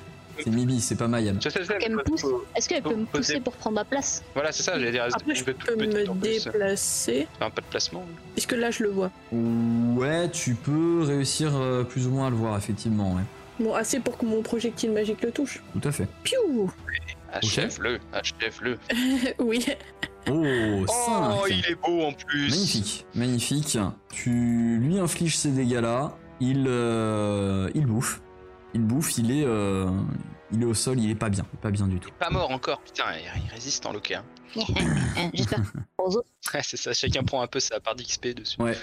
[SPEAKER 5] C'est Mibi, c'est pas Mayam.
[SPEAKER 3] Je sais, je sais,
[SPEAKER 1] Qu'elle me
[SPEAKER 3] faut- faut-
[SPEAKER 1] Est-ce qu'elle peut me pousser pour prendre ma place
[SPEAKER 3] Voilà, c'est ça, j'allais dire. elle se
[SPEAKER 4] Après, je
[SPEAKER 3] fait toute
[SPEAKER 4] peux
[SPEAKER 3] petite en
[SPEAKER 4] me
[SPEAKER 3] plus.
[SPEAKER 4] déplacer.
[SPEAKER 3] Enfin, pas de placement.
[SPEAKER 4] Puisque là, je le vois.
[SPEAKER 5] Ouais, tu peux réussir euh, plus ou moins à le voir effectivement. Ouais.
[SPEAKER 4] Bon, assez pour que mon projectile magique le touche.
[SPEAKER 5] Tout à fait.
[SPEAKER 4] Piou
[SPEAKER 3] Achève-le, achève-le.
[SPEAKER 4] (laughs) Oui.
[SPEAKER 5] Oh,
[SPEAKER 3] Oh,
[SPEAKER 5] 5
[SPEAKER 3] il est beau en plus.
[SPEAKER 5] Magnifique, magnifique. Tu lui infliges ces dégâts-là. Il, euh, il bouffe. Il bouffe. Il est, euh, il est au sol. Il est pas bien. Pas bien du tout.
[SPEAKER 3] Pas mort encore, putain, il il résiste en loquet. hein. (laughs)
[SPEAKER 1] Hein,
[SPEAKER 5] (laughs)
[SPEAKER 1] J'espère que
[SPEAKER 3] Ouais, c'est ça, chacun prend un peu sa part d'XP dessus.
[SPEAKER 5] Ouais.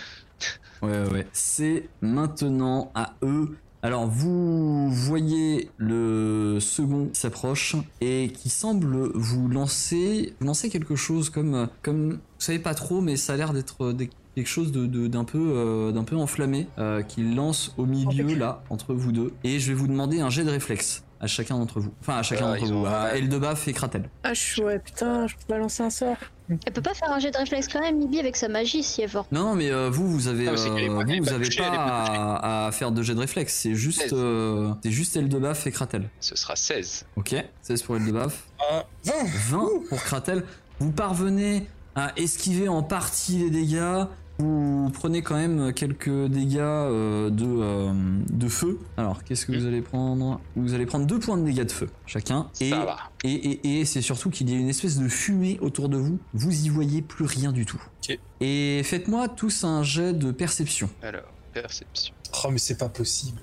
[SPEAKER 5] Ouais, ouais, ouais. C'est maintenant à eux. Alors, vous voyez le second qui s'approche et qui semble vous lancer, vous lancer quelque chose comme, comme, vous savez pas trop, mais ça a l'air d'être des- quelque chose de, de- d'un peu, euh, d'un peu enflammé, euh, qui lance au milieu là entre vous deux. Et je vais vous demander un jet de réflexe à chacun d'entre vous, enfin à chacun
[SPEAKER 3] Ah,
[SPEAKER 5] d'entre
[SPEAKER 3] ils
[SPEAKER 5] vous,
[SPEAKER 3] ont-
[SPEAKER 5] à Eldebaf et Kratel.
[SPEAKER 4] Ah, je- ouais, putain, je peux balancer un sort.
[SPEAKER 1] Elle peut pas faire un jet de réflexe quand même, Mibi, avec sa magie, si elle veut.
[SPEAKER 5] Non, non, mais euh, vous, vous avez,
[SPEAKER 3] Non, mais c'est qu'elle est
[SPEAKER 5] euh,
[SPEAKER 3] pas- elle est
[SPEAKER 5] vous, vous
[SPEAKER 3] pas
[SPEAKER 5] avez
[SPEAKER 3] touchée,
[SPEAKER 5] pas
[SPEAKER 3] elle est pas touchée.
[SPEAKER 5] à, à faire de jet de réflexe. C'est juste,
[SPEAKER 3] Seize.
[SPEAKER 5] euh, c'est juste Eldebaf et Kratel.
[SPEAKER 3] Ce sera 16.
[SPEAKER 5] Ok, 16 pour Eldebaf,
[SPEAKER 2] Ah, 20
[SPEAKER 5] 20 pour Kratel. Vous parvenez à esquiver en partie les dégâts. Vous prenez quand même quelques dégâts euh, de, euh, de feu. Alors, qu'est-ce que
[SPEAKER 3] Mhm.
[SPEAKER 5] vous allez prendre Vous allez prendre deux points de dégâts de feu chacun. Et,
[SPEAKER 3] Ça va.
[SPEAKER 5] et, et, et c'est surtout qu'il y a une espèce de fumée autour de vous. Vous y voyez plus rien du tout.
[SPEAKER 2] Ok.
[SPEAKER 5] Et faites-moi tous un jet de perception.
[SPEAKER 3] Alors, perception.
[SPEAKER 2] Oh, mais c'est pas possible.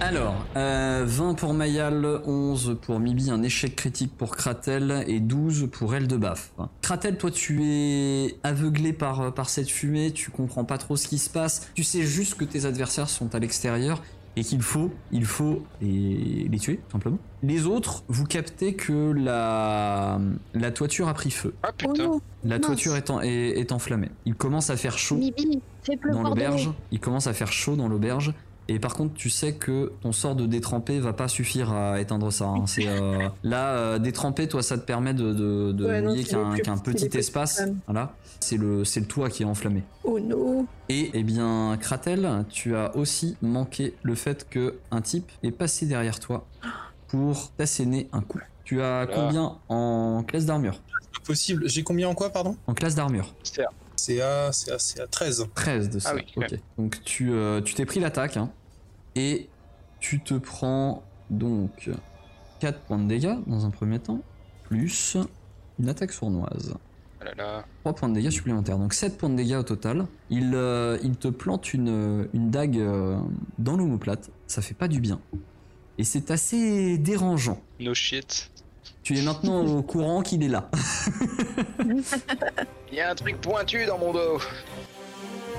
[SPEAKER 5] Alors, euh, 20 pour Mayal, 11 pour Mibi, un échec critique pour Kratel et 12 pour Eldebaf. Kratel, toi tu es aveuglé par, euh, par cette fumée, tu comprends pas trop ce qui se passe, tu sais juste que tes adversaires sont à l'extérieur et qu'il faut, il faut les, les tuer, tout simplement. Les autres, vous captez que la, la toiture a pris feu.
[SPEAKER 3] Ah
[SPEAKER 4] Oh
[SPEAKER 3] putain.
[SPEAKER 4] non
[SPEAKER 5] La
[SPEAKER 1] Mince.
[SPEAKER 5] toiture est, en- est- est enflammée. Il commence à faire chaud
[SPEAKER 1] Mibi, fais
[SPEAKER 5] dans
[SPEAKER 1] pleuvoir de
[SPEAKER 5] l'auberge.
[SPEAKER 1] l'eau.
[SPEAKER 5] Il commence à faire chaud dans l'auberge. Et par contre, tu sais que ton sort de détrempé va pas suffire à éteindre ça. hein. C'est, euh, là, euh, détremper, toi, ça te permet de, de, de
[SPEAKER 4] Ouais, non,
[SPEAKER 5] mouiller
[SPEAKER 4] c'est
[SPEAKER 5] qu'un
[SPEAKER 4] plus
[SPEAKER 5] qu'un
[SPEAKER 4] petit,
[SPEAKER 5] petit
[SPEAKER 4] c'est plus
[SPEAKER 5] espace.
[SPEAKER 4] calme.
[SPEAKER 5] Voilà. C'est le, c'est le toit qui est enflammé.
[SPEAKER 4] Oh non
[SPEAKER 5] Et eh bien, Kratel, tu as aussi manqué le fait que un type est passé derrière toi pour t'asséner un coup. Tu as
[SPEAKER 3] Voilà.
[SPEAKER 5] combien en classe d'armure
[SPEAKER 2] C'est pas possible. J'ai combien en quoi, pardon
[SPEAKER 5] En classe d'armure
[SPEAKER 3] C'est-
[SPEAKER 2] C'est à, c'est à, c'est à 13.
[SPEAKER 5] 13 de ça.
[SPEAKER 3] Ah oui, quand
[SPEAKER 5] ok. Donc tu euh, tu t'es pris l'attaque hein, et tu te prends donc 4 points de dégâts dans un premier temps, plus une attaque sournoise.
[SPEAKER 3] Ah là là.
[SPEAKER 5] 3 points de dégâts supplémentaires, donc 7 points de dégâts au total. Il, euh, il te plante une, une dague euh, dans l'omoplate, ça fait pas du bien. Et c'est assez dérangeant.
[SPEAKER 3] No shit.
[SPEAKER 5] Tu es maintenant au courant qu'il est là.
[SPEAKER 3] Il y a un truc pointu dans mon dos.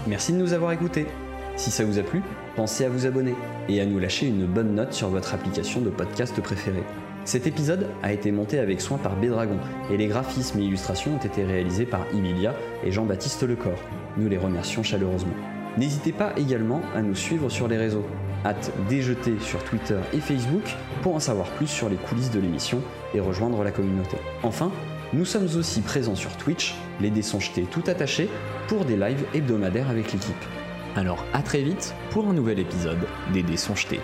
[SPEAKER 6] Merci de nous avoir écoutés. Si ça vous a plu, pensez à vous abonner et à nous lâcher une bonne note sur votre application de podcast préférée. Cet épisode a été monté avec soin par Bédragon et les graphismes et illustrations ont été réalisés par Emilia et Jean-Baptiste Lecor. Nous les remercions chaleureusement. N'hésitez pas également à nous suivre sur les réseaux, hâte déjeter sur Twitter et Facebook pour en savoir plus sur les coulisses de l'émission et rejoindre la communauté. Enfin, nous sommes aussi présents sur Twitch, les dés sont jetés tout attachés, pour des lives hebdomadaires avec l'équipe. Alors à très vite pour un nouvel épisode des dés sont jetés.